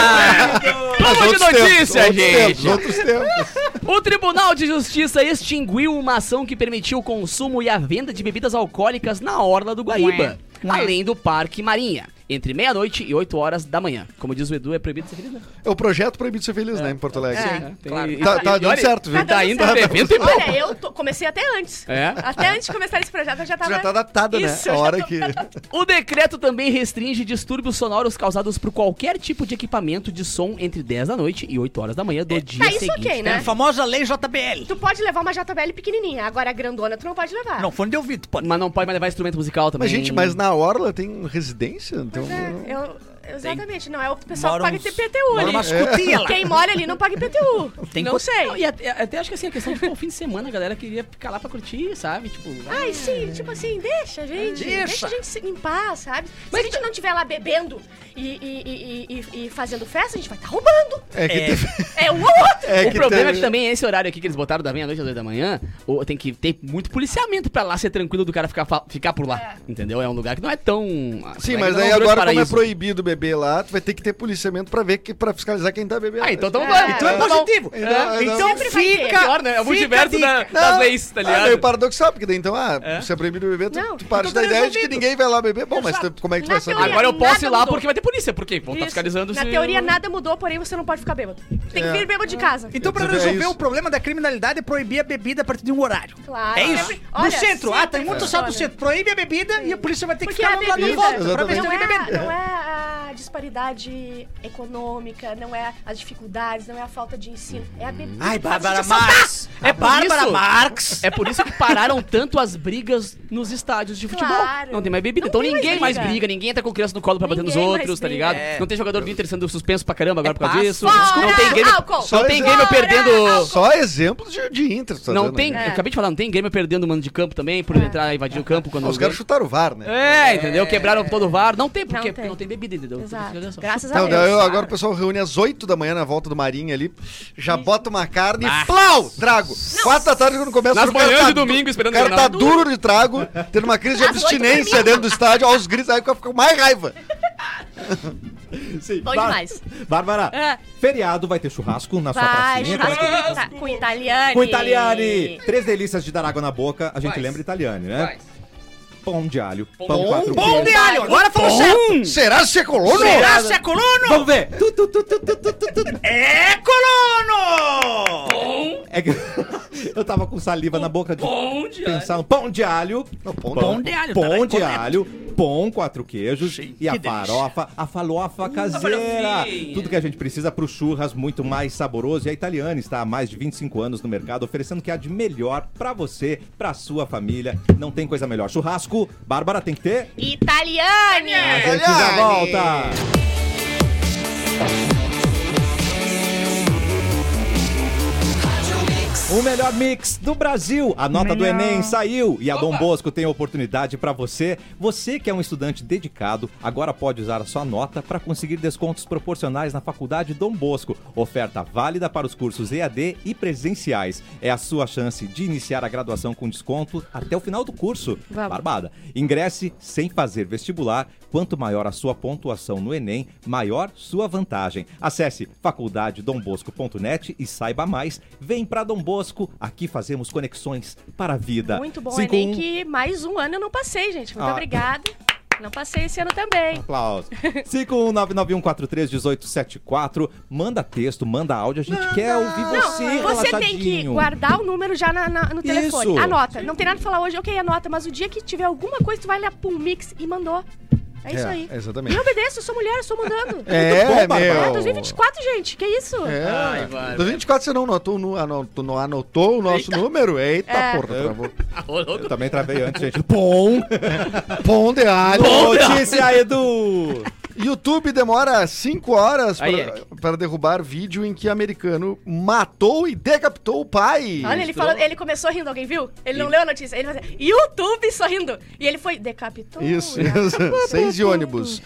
S5: Vamos
S6: Mas
S5: É de
S6: outros
S5: notícia,
S6: tempos,
S5: gente!
S6: Outros tempos, outros tempos.
S5: O Tribunal de Justiça extinguiu uma ação que permitiu o consumo e a venda de bebidas alcoólicas na Orla do Guaíba, além do Parque Marinha, entre meia-noite e 8 horas da manhã. Como diz o Edu, é proibido ser feliz, né?
S6: É o projeto Proibido Ser Feliz, né, em Porto Alegre.
S5: É, tem-
S3: claro.
S5: e-
S6: Tá-
S5: e-
S6: tá
S5: e
S6: dando
S5: olha,
S6: certo, viu?
S5: Tá dando
S4: Tá
S5: certo.
S4: dando
S5: Evento e bom.
S4: Olha, eu tô- comecei até antes.
S5: É.
S4: Até antes de começar esse projeto, eu já tava...
S6: Já tá adaptada, né?
S4: Isso,
S6: a
S4: eu já
S6: hora
S4: tô-
S6: que...
S5: O decreto também restringe distúrbios sonoros causados por qualquer tipo de equipamento de som entre 10 da noite e 8 horas da manhã do dia
S4: isso
S5: seguinte.
S4: ok,
S3: É
S4: né?
S3: a famosa lei JBL.
S4: Tu pode levar uma JBL pequenininha, agora a grandona tu não pode levar.
S3: Não, fone de ouvido, pode.
S5: Mas não pode mais levar instrumento musical também.
S6: Mas, gente, mas na Orla tem residência? Então...
S4: Pois é, eu- exatamente, não. É o pessoal
S3: Mora
S4: que
S3: uns-
S4: paga IPTU
S3: mora
S4: ali.
S3: umas cutinhas lá.
S4: Quem mora ali não paga IPTU.
S3: Tem
S5: não
S3: co-
S4: não sei.
S5: Não, e até, até acho que assim, a questão de pô, fim de semana, a galera queria ficar lá pra curtir, sabe? Tipo,
S4: Ai, sim, tipo assim, deixa a gente.
S3: Deixa.
S4: Deixa, a gente se- em paz, sabe? Se
S5: Mas
S4: a gente não estiver lá bebendo e, e- e- e- e- e fazendo festa, a gente vai estar roubando.
S6: É que
S3: É.
S6: teve...
S4: É um ou outro.
S6: É
S5: o problema é que
S6: teve-
S5: também esse horário aqui que eles botaram da meia-noite às duas da manhã, ou tem que ter muito policiamento pra lá ser tranquilo do cara ficar, fa- ficar por lá. Entendeu? É um lugar que não é tão. Alegre
S6: Sim, mas
S5: não é
S6: aí
S5: um grande
S6: agora, como é
S5: paraíso.
S6: proibido beber lá, tu vai ter que ter policiamento pra ver, que, pra fiscalizar quem tá bebendo.
S5: Ah, então tamo
S4: É.
S5: bem.
S3: Então é
S5: Tá bom.
S3: positivo.
S6: É.
S3: Então
S4: Sempre vai ter.
S3: fica.
S5: Pior, né? É o
S3: fica
S5: multiverso
S3: a
S5: da-
S3: dica.
S5: das leis, tá
S6: Ah,
S5: ligado?
S6: meio paradoxal, porque daí então, ah, se é proibido beber, tu,
S4: Não,
S6: tu parte
S4: então tá
S6: da ideia de que
S4: resolvido.
S6: ninguém vai lá beber. Bom, mas
S4: Exato.
S6: tu- como é que tu
S4: Na
S6: vai saber?
S4: teoria-
S5: Agora eu posso
S4: Nada
S5: ir lá
S4: mudou.
S5: porque vai ter polícia, porque vão
S3: tá
S5: estar
S4: Isso.
S5: fiscalizando
S4: Na
S5: se-
S4: teoria nada mudou, porém você não pode ficar bêbado. Tem que vir bêbado de casa.
S3: Então, pra
S6: É isso.
S3: resolver o problema da criminalidade, é proibir a bebida a partir de um horário.
S4: Claro.
S3: É isso.
S4: Sempre-
S3: no
S4: olha,
S3: centro. Ah,
S4: sempre
S3: tem muito
S4: funciona.
S3: estado do centro. Proíbe a bebida e a polícia vai ter que
S4: Porque
S3: ficar
S4: a
S3: lá do lado
S4: bebida
S3: da volta pra ver se
S6: Exatamente.
S4: não
S3: tem alguém
S4: é,
S3: bebendo.
S4: não é a disparidade econômica, não é as dificuldades, não é a falta de ensino. É a bebida.
S3: Ai,
S4: que faz a
S3: Bárbara
S4: gente assaltar.
S3: Marx. É
S5: É por
S3: Bárbara
S5: isso?
S3: Marx.
S5: É por isso que pararam tanto as brigas nos estádios de futebol.
S4: Claro.
S5: Não tem mais bebida.
S4: Não
S5: então
S4: tem mais
S5: ninguém mais briga.
S4: briga.
S5: ninguém entra com criança no colo pra bater nos
S4: Ninguém mais
S5: outros, tá
S4: briga.
S5: ligado?
S3: É.
S5: Não tem jogador do Inter sendo suspenso pra caramba
S6: É
S5: agora por causa
S3: paz.
S5: disso.
S4: Fora
S5: não tem game,
S4: álcool!
S5: não tem
S6: Fora
S5: game eu perdendo.
S6: Só exemplos de, de Inter, tu tá
S5: não
S6: dando
S5: tem,
S6: aí.
S5: eu acabei de falar, não tem game eu perdendo o mano de campo também
S4: É.
S5: por entrar e invadir o campo quando
S6: Ah, os caras chutaram o VAR, né?
S5: É, entendeu? Quebraram todo o VAR. Não tem por
S4: Não
S5: quê?
S4: tem.
S5: Porque não tem bebida, entendeu? Olha
S4: Exato.
S5: só.
S4: Graças a
S6: Não,
S4: Deus.
S6: Então, eu- agora o pessoal reúne às 8 da manhã na volta do Marinho ali, já bota uma carne e plau, trago. 4 da tarde quando começa
S5: Ah. Nas
S6: o cara
S5: manhãs
S6: tá
S5: de domingo esperando
S6: O cara
S5: o
S6: tá
S5: jornal.
S6: duro de trago, tendo uma crise de
S4: Às oito da
S6: abstinência
S4: manhã.
S6: dentro do estádio, aos gritos, aí fica com mais raiva.
S1: Sim,
S4: Bom
S1: Bár-
S4: demais.
S1: Bárbara,
S5: Ah.
S4: É.
S1: feriado vai ter churrasco na sua pracinha.
S4: Vai,
S1: é
S4: churrasco com, ita- com italiane.
S1: Com Italiani! Três delícias de dar água na boca, a gente lembra Italiani, né?
S5: Vai.
S1: pão de alho. Pão,
S5: Pão-
S1: quatro
S3: Pão de
S1: queijo.
S3: alho! Agora falou
S5: Hum.
S3: certo!
S6: Será se é colono?
S3: Será se é colono?
S1: Vamos ver. Tu, tu, tu, tu, tu, tu, tu, tu.
S3: É colono!
S1: É que eu tava com saliva na boca de
S5: Pão de
S1: pensar no pão de alho.
S6: Não, pão
S1: Pão,
S6: não.
S1: de
S3: de
S1: alho,
S3: alho,
S1: pão
S3: tá
S1: de
S3: correto.
S1: alho, pão, quatro queijos e a
S3: que delícia.
S1: farofa, a farofa caseira.
S5: farofinha.
S1: Tudo que a gente precisa pro churras muito mais saboroso. E a Italiana está há mais de 25 anos no mercado, oferecendo o que há de melhor pra você, pra sua família. Não tem coisa melhor. Churrasco, Bárbara tem que ter. A
S4: Italiane!
S1: gente já
S6: Italiane.
S1: volta. O melhor mix do Brasil. A nota do Enem saiu e a Dom Bosco tem oportunidade pra você. Você que é um estudante dedicado, agora pode usar a sua nota para conseguir descontos proporcionais na Faculdade Dom Bosco. Oferta válida para os cursos EAD e presenciais. É a sua chance de iniciar a graduação com desconto até o final do curso.
S4: Vamos.
S1: Barbada. Ingresse sem fazer vestibular. Quanto maior a sua pontuação no Enem, maior sua vantagem. Acesse faculdadedombosco.net e saiba mais. Vem pra Dom Bosco, aqui fazemos conexões para a vida.
S4: Muito bom,
S1: Cinco,
S4: Enem,
S1: um,
S4: que mais um ano eu não passei, gente. Muito
S1: Ah.
S4: obrigada. Não passei esse ano também.
S1: Aplausos. 51991431874. Manda texto, manda áudio. A gente quer ouvir
S4: Não,
S1: você,
S6: é
S4: você tem que
S1: relaxadinho.
S4: guardar o número já na- na- no telefone.
S1: Isso.
S4: Anota. Não tem nada pra falar hoje, ok, anota. Mas o dia que tiver alguma coisa, tu vai lá, pum, mix e mandou. É isso aí.
S6: Exatamente.
S4: Me obedeço, eu sou mulher, eu sou mudando.
S6: É,
S1: bom, Bárbara.
S6: meu.
S4: É 2024, gente, que isso?
S6: É.
S5: Ai, vai,
S6: Do 24 você não anotou, o nu- anotou, não anotou o nosso número? Eita
S4: É.
S6: porra, travou.
S1: Eu também travei antes, gente. Bom!
S6: Pão de alho.
S1: Notícia, Edu!
S6: YouTube demora 5 horas pra-
S5: Aí, Eric.
S6: para derrubar vídeo em que americano matou e decapitou o pai.
S4: Olha, ele,
S6: então.
S4: falou, ele começou rindo, alguém viu? Ele não leu a notícia. Ele fazia YouTube sorrindo. E ele foi, decapitou. né?"
S6: Isso,
S4: E a-
S6: isso. Seis de ônibus.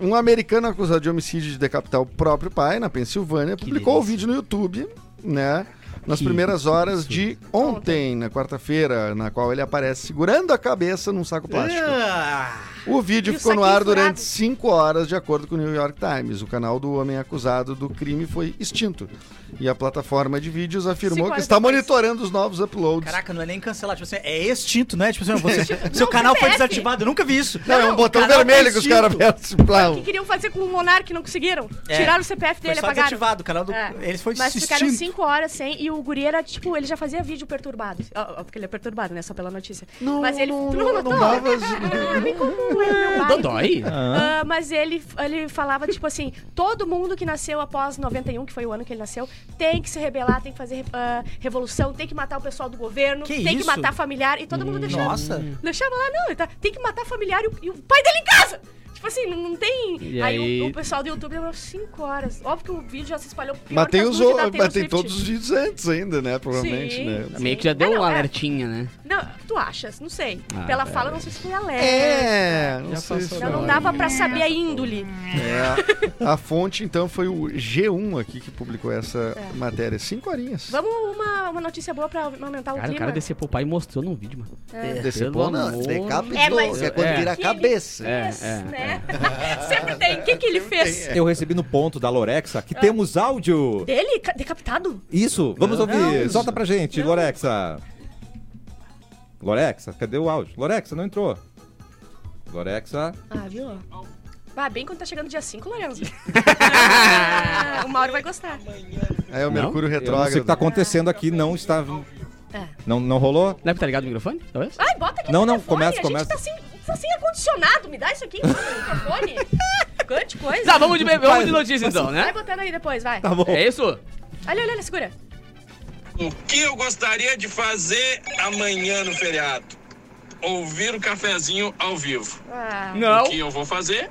S6: Um, um americano acusado de homicídio de decapitar o próprio pai na Pensilvânia publicou o vídeo no YouTube, né? Nas primeiras horas de ontem, na quarta-feira, na qual ele aparece segurando a cabeça num saco plástico.
S3: Ah.
S6: O vídeo
S4: E o
S6: ficou no
S4: saquinho
S6: ar
S4: furado.
S6: durante cinco horas, de acordo com o New York Times. O canal do homem acusado do crime foi extinto. E a plataforma de vídeos afirmou
S4: Cinco
S6: que
S4: horas
S6: está
S4: depois.
S6: monitorando os novos uploads.
S3: Caraca, não é nem cancelar. Tipo assim, é extinto, né? Tipo assim, você, seu canal foi
S4: CPF.
S3: desativado. Eu nunca vi isso.
S6: Não, é um botão
S3: canal tá
S6: vermelho que os
S3: extinto.
S6: caras apertam.
S4: que
S6: plau.
S4: queriam fazer com o Monark não conseguiram.
S3: É.
S4: Tiraram o CPF dele,
S3: Foi só
S4: apagaram.
S3: desativado. O canal do.
S4: É.
S3: Eles foi
S4: Mas
S3: extinto.
S4: ficaram cinco horas sem e o guri era, tipo, ele já fazia vídeo perturbado. Ó, ó, porque ele é perturbado, né? Só pela notícia.
S6: Não,
S4: mas ele.
S6: não,
S4: tu
S6: não,
S4: notou?
S6: não dava-
S4: Ah, bem comum, é meu bairro.
S5: Dodói?
S4: Ah, mas ele, ele falava, tipo assim, todo mundo que nasceu após 91, que foi o ano que ele nasceu, tem que se rebelar, tem que fazer ah, revolução, tem que matar o pessoal do governo,
S3: Que
S4: tem que
S3: isso?
S4: matar familiar. E todo mundo deixava.
S3: Nossa. Então
S4: Deixava lá, não, ele tá, tem que matar familiar e o, e o pai dele em casa! Tipo assim, não, não tem.
S5: E
S4: aí o,
S5: aí-
S4: o pessoal do YouTube demorou 5 horas. Óbvio que o vídeo já se espalhou pior
S6: Mas
S4: que
S6: tem,
S4: as
S6: os,
S4: nudes
S6: o-
S4: da
S6: mas
S4: Taylor
S6: tem
S4: Swift.
S6: todos os vídeos antes ainda, né? Provavelmente,
S4: Sim.
S6: né?
S5: Meio que já deu
S4: Ah, não,
S5: uma
S4: é.
S5: alertinha, né?
S4: Não, tu achas? Não sei.
S5: Ah,
S4: Pela fala, não sei se foi alerta.
S6: É, não
S5: Já
S6: sei
S5: passou
S6: se
S4: Então
S5: da
S4: não
S5: hora.
S4: dava pra saber a índole.
S6: É, a fonte, então, foi o G1 aqui que publicou essa matéria. Cinco horinhas.
S4: É. Vamos uma, uma notícia boa pra aumentar o
S5: Cara, o
S4: clima.
S5: cara decepou o pai e mostrou num vídeo, mano.
S6: Decepou,
S5: Pelo
S6: não.
S5: amor.
S6: Decapitou.
S4: É, mas-
S6: que é quando
S5: É.
S6: vira a cabeça.
S5: É,
S4: Fez,
S5: é,
S4: né? Sempre tem. O que, que ele fez?
S1: Eu recebi no ponto da Lorexa que temos
S6: é.
S1: áudio.
S4: Dele? Ca- Decapitado?
S1: Isso, vamos
S6: Não,
S1: ouvir.
S6: não.
S1: Solta pra gente,
S4: Não.
S1: Lorexa. Lorexa, cadê o áudio? Lorexa, não entrou. Lorexa.
S4: Ah, viu? Ah, bem quando tá chegando dia 5, Lorenzo. o Mauro vai gostar.
S6: Aí é o
S5: Não?
S6: Mercúrio
S1: Eu não sei o
S6: retrógrado.
S1: que tá acontecendo aqui, não está.
S4: É.
S1: Não, não rolou?
S5: Deve estar tá ligado o microfone? Talvez?
S4: Ai, bota aqui
S1: Não,
S4: no
S1: não,
S4: telefone.
S1: começa,
S4: A
S1: começa.
S4: gente tá sem, tá sem ar-condicionado. Me dá isso aqui, microfone. Cante coisa.
S5: Tá, vamos de, be- vamos de notícia então,
S4: Vai
S5: né?
S4: botando aí depois, vai.
S1: Tá bom.
S5: É isso?
S4: Olha, olha, olha, segura.
S2: O que eu gostaria de fazer amanhã no feriado? Ouvir o cafezinho ao vivo.
S4: Ah.
S5: Não.
S2: O que eu vou fazer?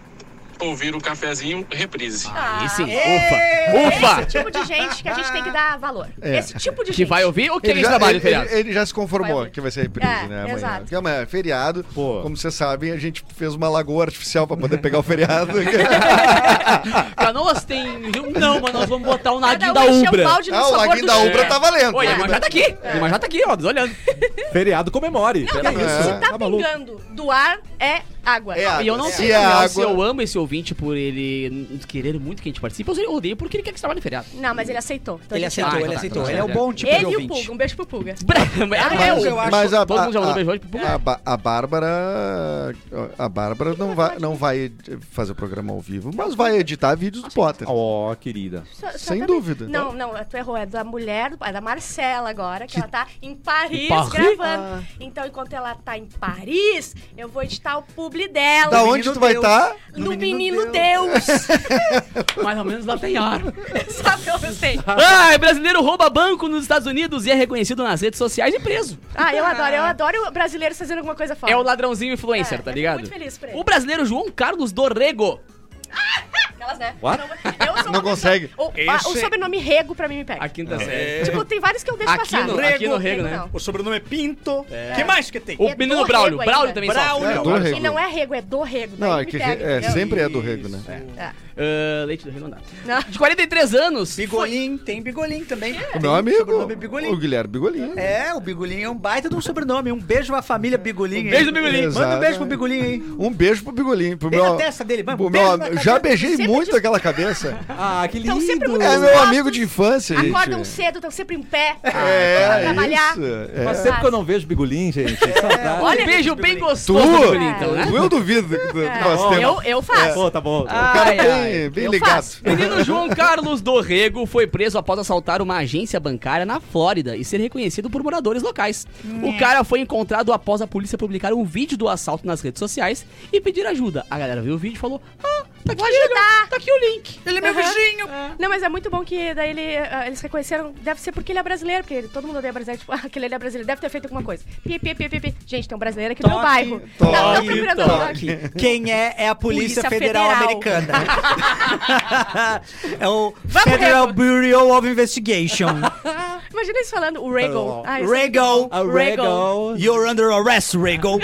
S2: Ouvir o cafezinho reprise.
S5: Aí sim.
S4: tá. Esse
S5: Ufa! Ufa!
S4: tipo de gente que a gente tem que dar valor.
S6: É.
S4: Esse tipo de
S5: Que
S4: gente.
S5: vai ouvir ou que é
S6: Ele
S5: esse
S6: já,
S5: trabalho,
S6: ele,
S5: feriado?
S6: ele- ele já se conformou
S4: Vai,
S6: que vai ser reprise,
S4: É,
S6: né? Amanhã.
S4: exato.
S6: Porque amanhã é feriado.
S1: Pô.
S6: Como vocês sabem, a gente fez uma lagoa artificial pra poder pegar o feriado.
S5: Canoas tem. Rio? Não, mas nós vamos botar o
S4: Cada
S5: nadinho
S4: um
S5: da
S4: encheu o
S5: Ubra. É,
S4: balde no
S6: ah, o
S4: sabor
S6: laguinho
S4: do
S6: da
S4: dia.
S6: Ubra tá valendo.
S5: Oi,
S6: O
S5: a
S6: laguinho
S5: Imajá
S6: da-
S5: tá aqui. A Imajá tá aqui, ó, nos olhando.
S1: É Feriado comemore.
S4: Não,
S5: É.
S1: Que é
S4: mas
S6: isso?
S4: se tá
S1: maluco?
S4: pingando do ar, é Água.
S6: É água.
S5: E eu não
S6: Se
S5: sei
S6: é
S5: na real, se
S6: água-
S5: eu amo esse ouvinte por ele n- querer muito que a gente participe, ou se eu odeio porque ele quer que trabalhe no feriado.
S4: Não, mas ele aceitou. Então
S3: Ele
S4: a gente
S3: aceitou,
S5: Ah,
S4: ama.
S5: então
S3: ele
S5: tá,
S3: aceitou.
S5: tá, tá,
S3: Ele é o
S5: tá.
S3: bom tipo de
S4: Ele e o
S3: ouvinte.
S4: Puga. Um beijo pro Puga.
S5: é
S6: mas-
S5: eu acho.
S6: mas a-
S5: Todo mundo já mandou
S6: a-
S5: beijão. Tipo,
S6: A, Ba- a Bárbara. A Bárbara não vai, não vai fazer o programa ao vivo, mas vai editar vídeos do Potter.
S1: Ó, querida.
S4: Só- só
S6: Sem
S4: pra-
S6: dúvida.
S4: Não, não, tu errou. É da mulher, do- é da Marcela agora, que, ela tá em Paris,
S5: Em Paris?
S4: gravando.
S5: Ah.
S4: Então, enquanto ela tá em Paris, eu vou editar o publi dela.
S6: Da
S3: No
S6: onde
S3: Menino
S6: tu vai tá,
S3: Deus.
S6: estar?
S4: No, Menino Deus.
S5: mais ou menos lá tem ar.
S4: Sabe, eu sei.
S5: Ai, brasileiro rouba banco nos Estados Unidos e é reconhecido nas redes sociais e preso.
S4: Ah, eu adoro. Eu adoro brasileiros fazendo alguma coisa fora.
S5: É o ladrãozinho influencer,
S4: É,
S5: tá
S4: eu fico
S5: ligado?
S4: muito feliz por ele.
S5: O brasileiro João Carlos Dorrego.
S4: Aquelas, né?
S1: What?
S4: Eu eu sou
S6: Não
S4: uma pessoa-
S6: consegue.
S4: O, a- o sobrenome Rego pra mim me pega.
S5: A quinta série.
S4: Tipo, tem vários que eu deixo
S5: Aqui
S4: passar.
S5: no- aqui no Rego, né?
S4: não.
S3: É, O sobrenome é Pinto. que mais que tem?
S5: O
S4: É
S5: menino
S4: do
S5: Braulio.
S4: Rego ainda.
S5: Braulio também
S3: Braulio.
S5: sofre.
S6: É, do
S4: E não é Rego, é do Rego.
S6: Não,
S4: daí me
S6: é que
S4: pega,
S6: é,
S4: entendeu?
S6: sempre é do rego, né?
S4: É.
S5: Ah, leite do Rego não dá.
S4: Não.
S5: De 43 anos.
S3: Bigolim, tem Bigolim também.
S4: É.
S6: O meu amigo,
S3: sobrenome Bigolim.
S6: o Guilherme Bigolim.
S3: É, o Bigolim é um baita de um sobrenome. Um beijo à família Bigolim.
S5: Um beijo
S3: aí.
S5: do Bigolim.
S3: Manda um
S6: Exato.
S3: beijo pro Bigolim aí.
S6: Um beijo pro Bigolim. Pro
S3: Bem na
S6: meu,
S3: é testa dele, vai,
S6: pro
S3: beijo
S6: meu
S3: na
S6: am- Já
S3: cabeça.
S6: beijei
S4: Sempre
S6: muito
S4: diz-
S6: aquela cabeça.
S1: Ah, que
S4: Então, sempre
S1: lindo.
S4: muito-
S6: É meu
S4: Fotos.
S6: amigo de infância, gente.
S4: Acordam cedo, estão sempre em pé. pra
S6: É,
S4: um trabalhar.
S6: isso. é.
S1: Faz tempo que eu não vejo bigolim, gente. Saudade.
S5: Olha, um beijo bem
S6: Tu,
S5: gostoso do Bigolim, então, né?
S6: tu eu duvido que tu faz
S1: Ó,
S6: tempo.
S4: Eu, eu faço.
S1: Pô, tá bom.
S5: Ah,
S6: É, cara
S5: ai,
S6: bem-
S5: ai.
S6: bem
S5: Eu
S6: ligado.
S5: faço. Menino João Carlos Dorrego foi preso após assaltar uma agência bancária na Flórida e ser reconhecido por moradores locais. O cara foi encontrado após a polícia publicar um vídeo do assalto nas redes sociais e pedir ajuda. A galera viu o vídeo e falou: Ah, tá aqui, tá aqui o link.
S3: Ele é meu vizinho.
S4: Não, mas é muito bom que daí ele, ah, eles reconheceram. Deve ser porque ele é brasileiro, porque ele- todo mundo odeia brasileiro. Tipo, ah, aquele ali é brasileiro, deve ter feito alguma coisa. Pi, pi, pi, pi, pi. Gente, tem um brasileiro aqui no meu
S3: Toque,
S4: bairro.
S6: toque,
S4: Tá tão procurando
S6: toque.
S4: alguma coisa.
S3: Quem é, é a Polícia,
S4: Polícia
S3: Federal,
S4: Federal.
S3: Americana. é o Federal Bureau of Investigation.
S4: Imagina eles falando o
S6: Tá
S4: Regal. Ah, isso-
S3: Rego.
S1: A Regal.
S3: You're under arrest, Rego.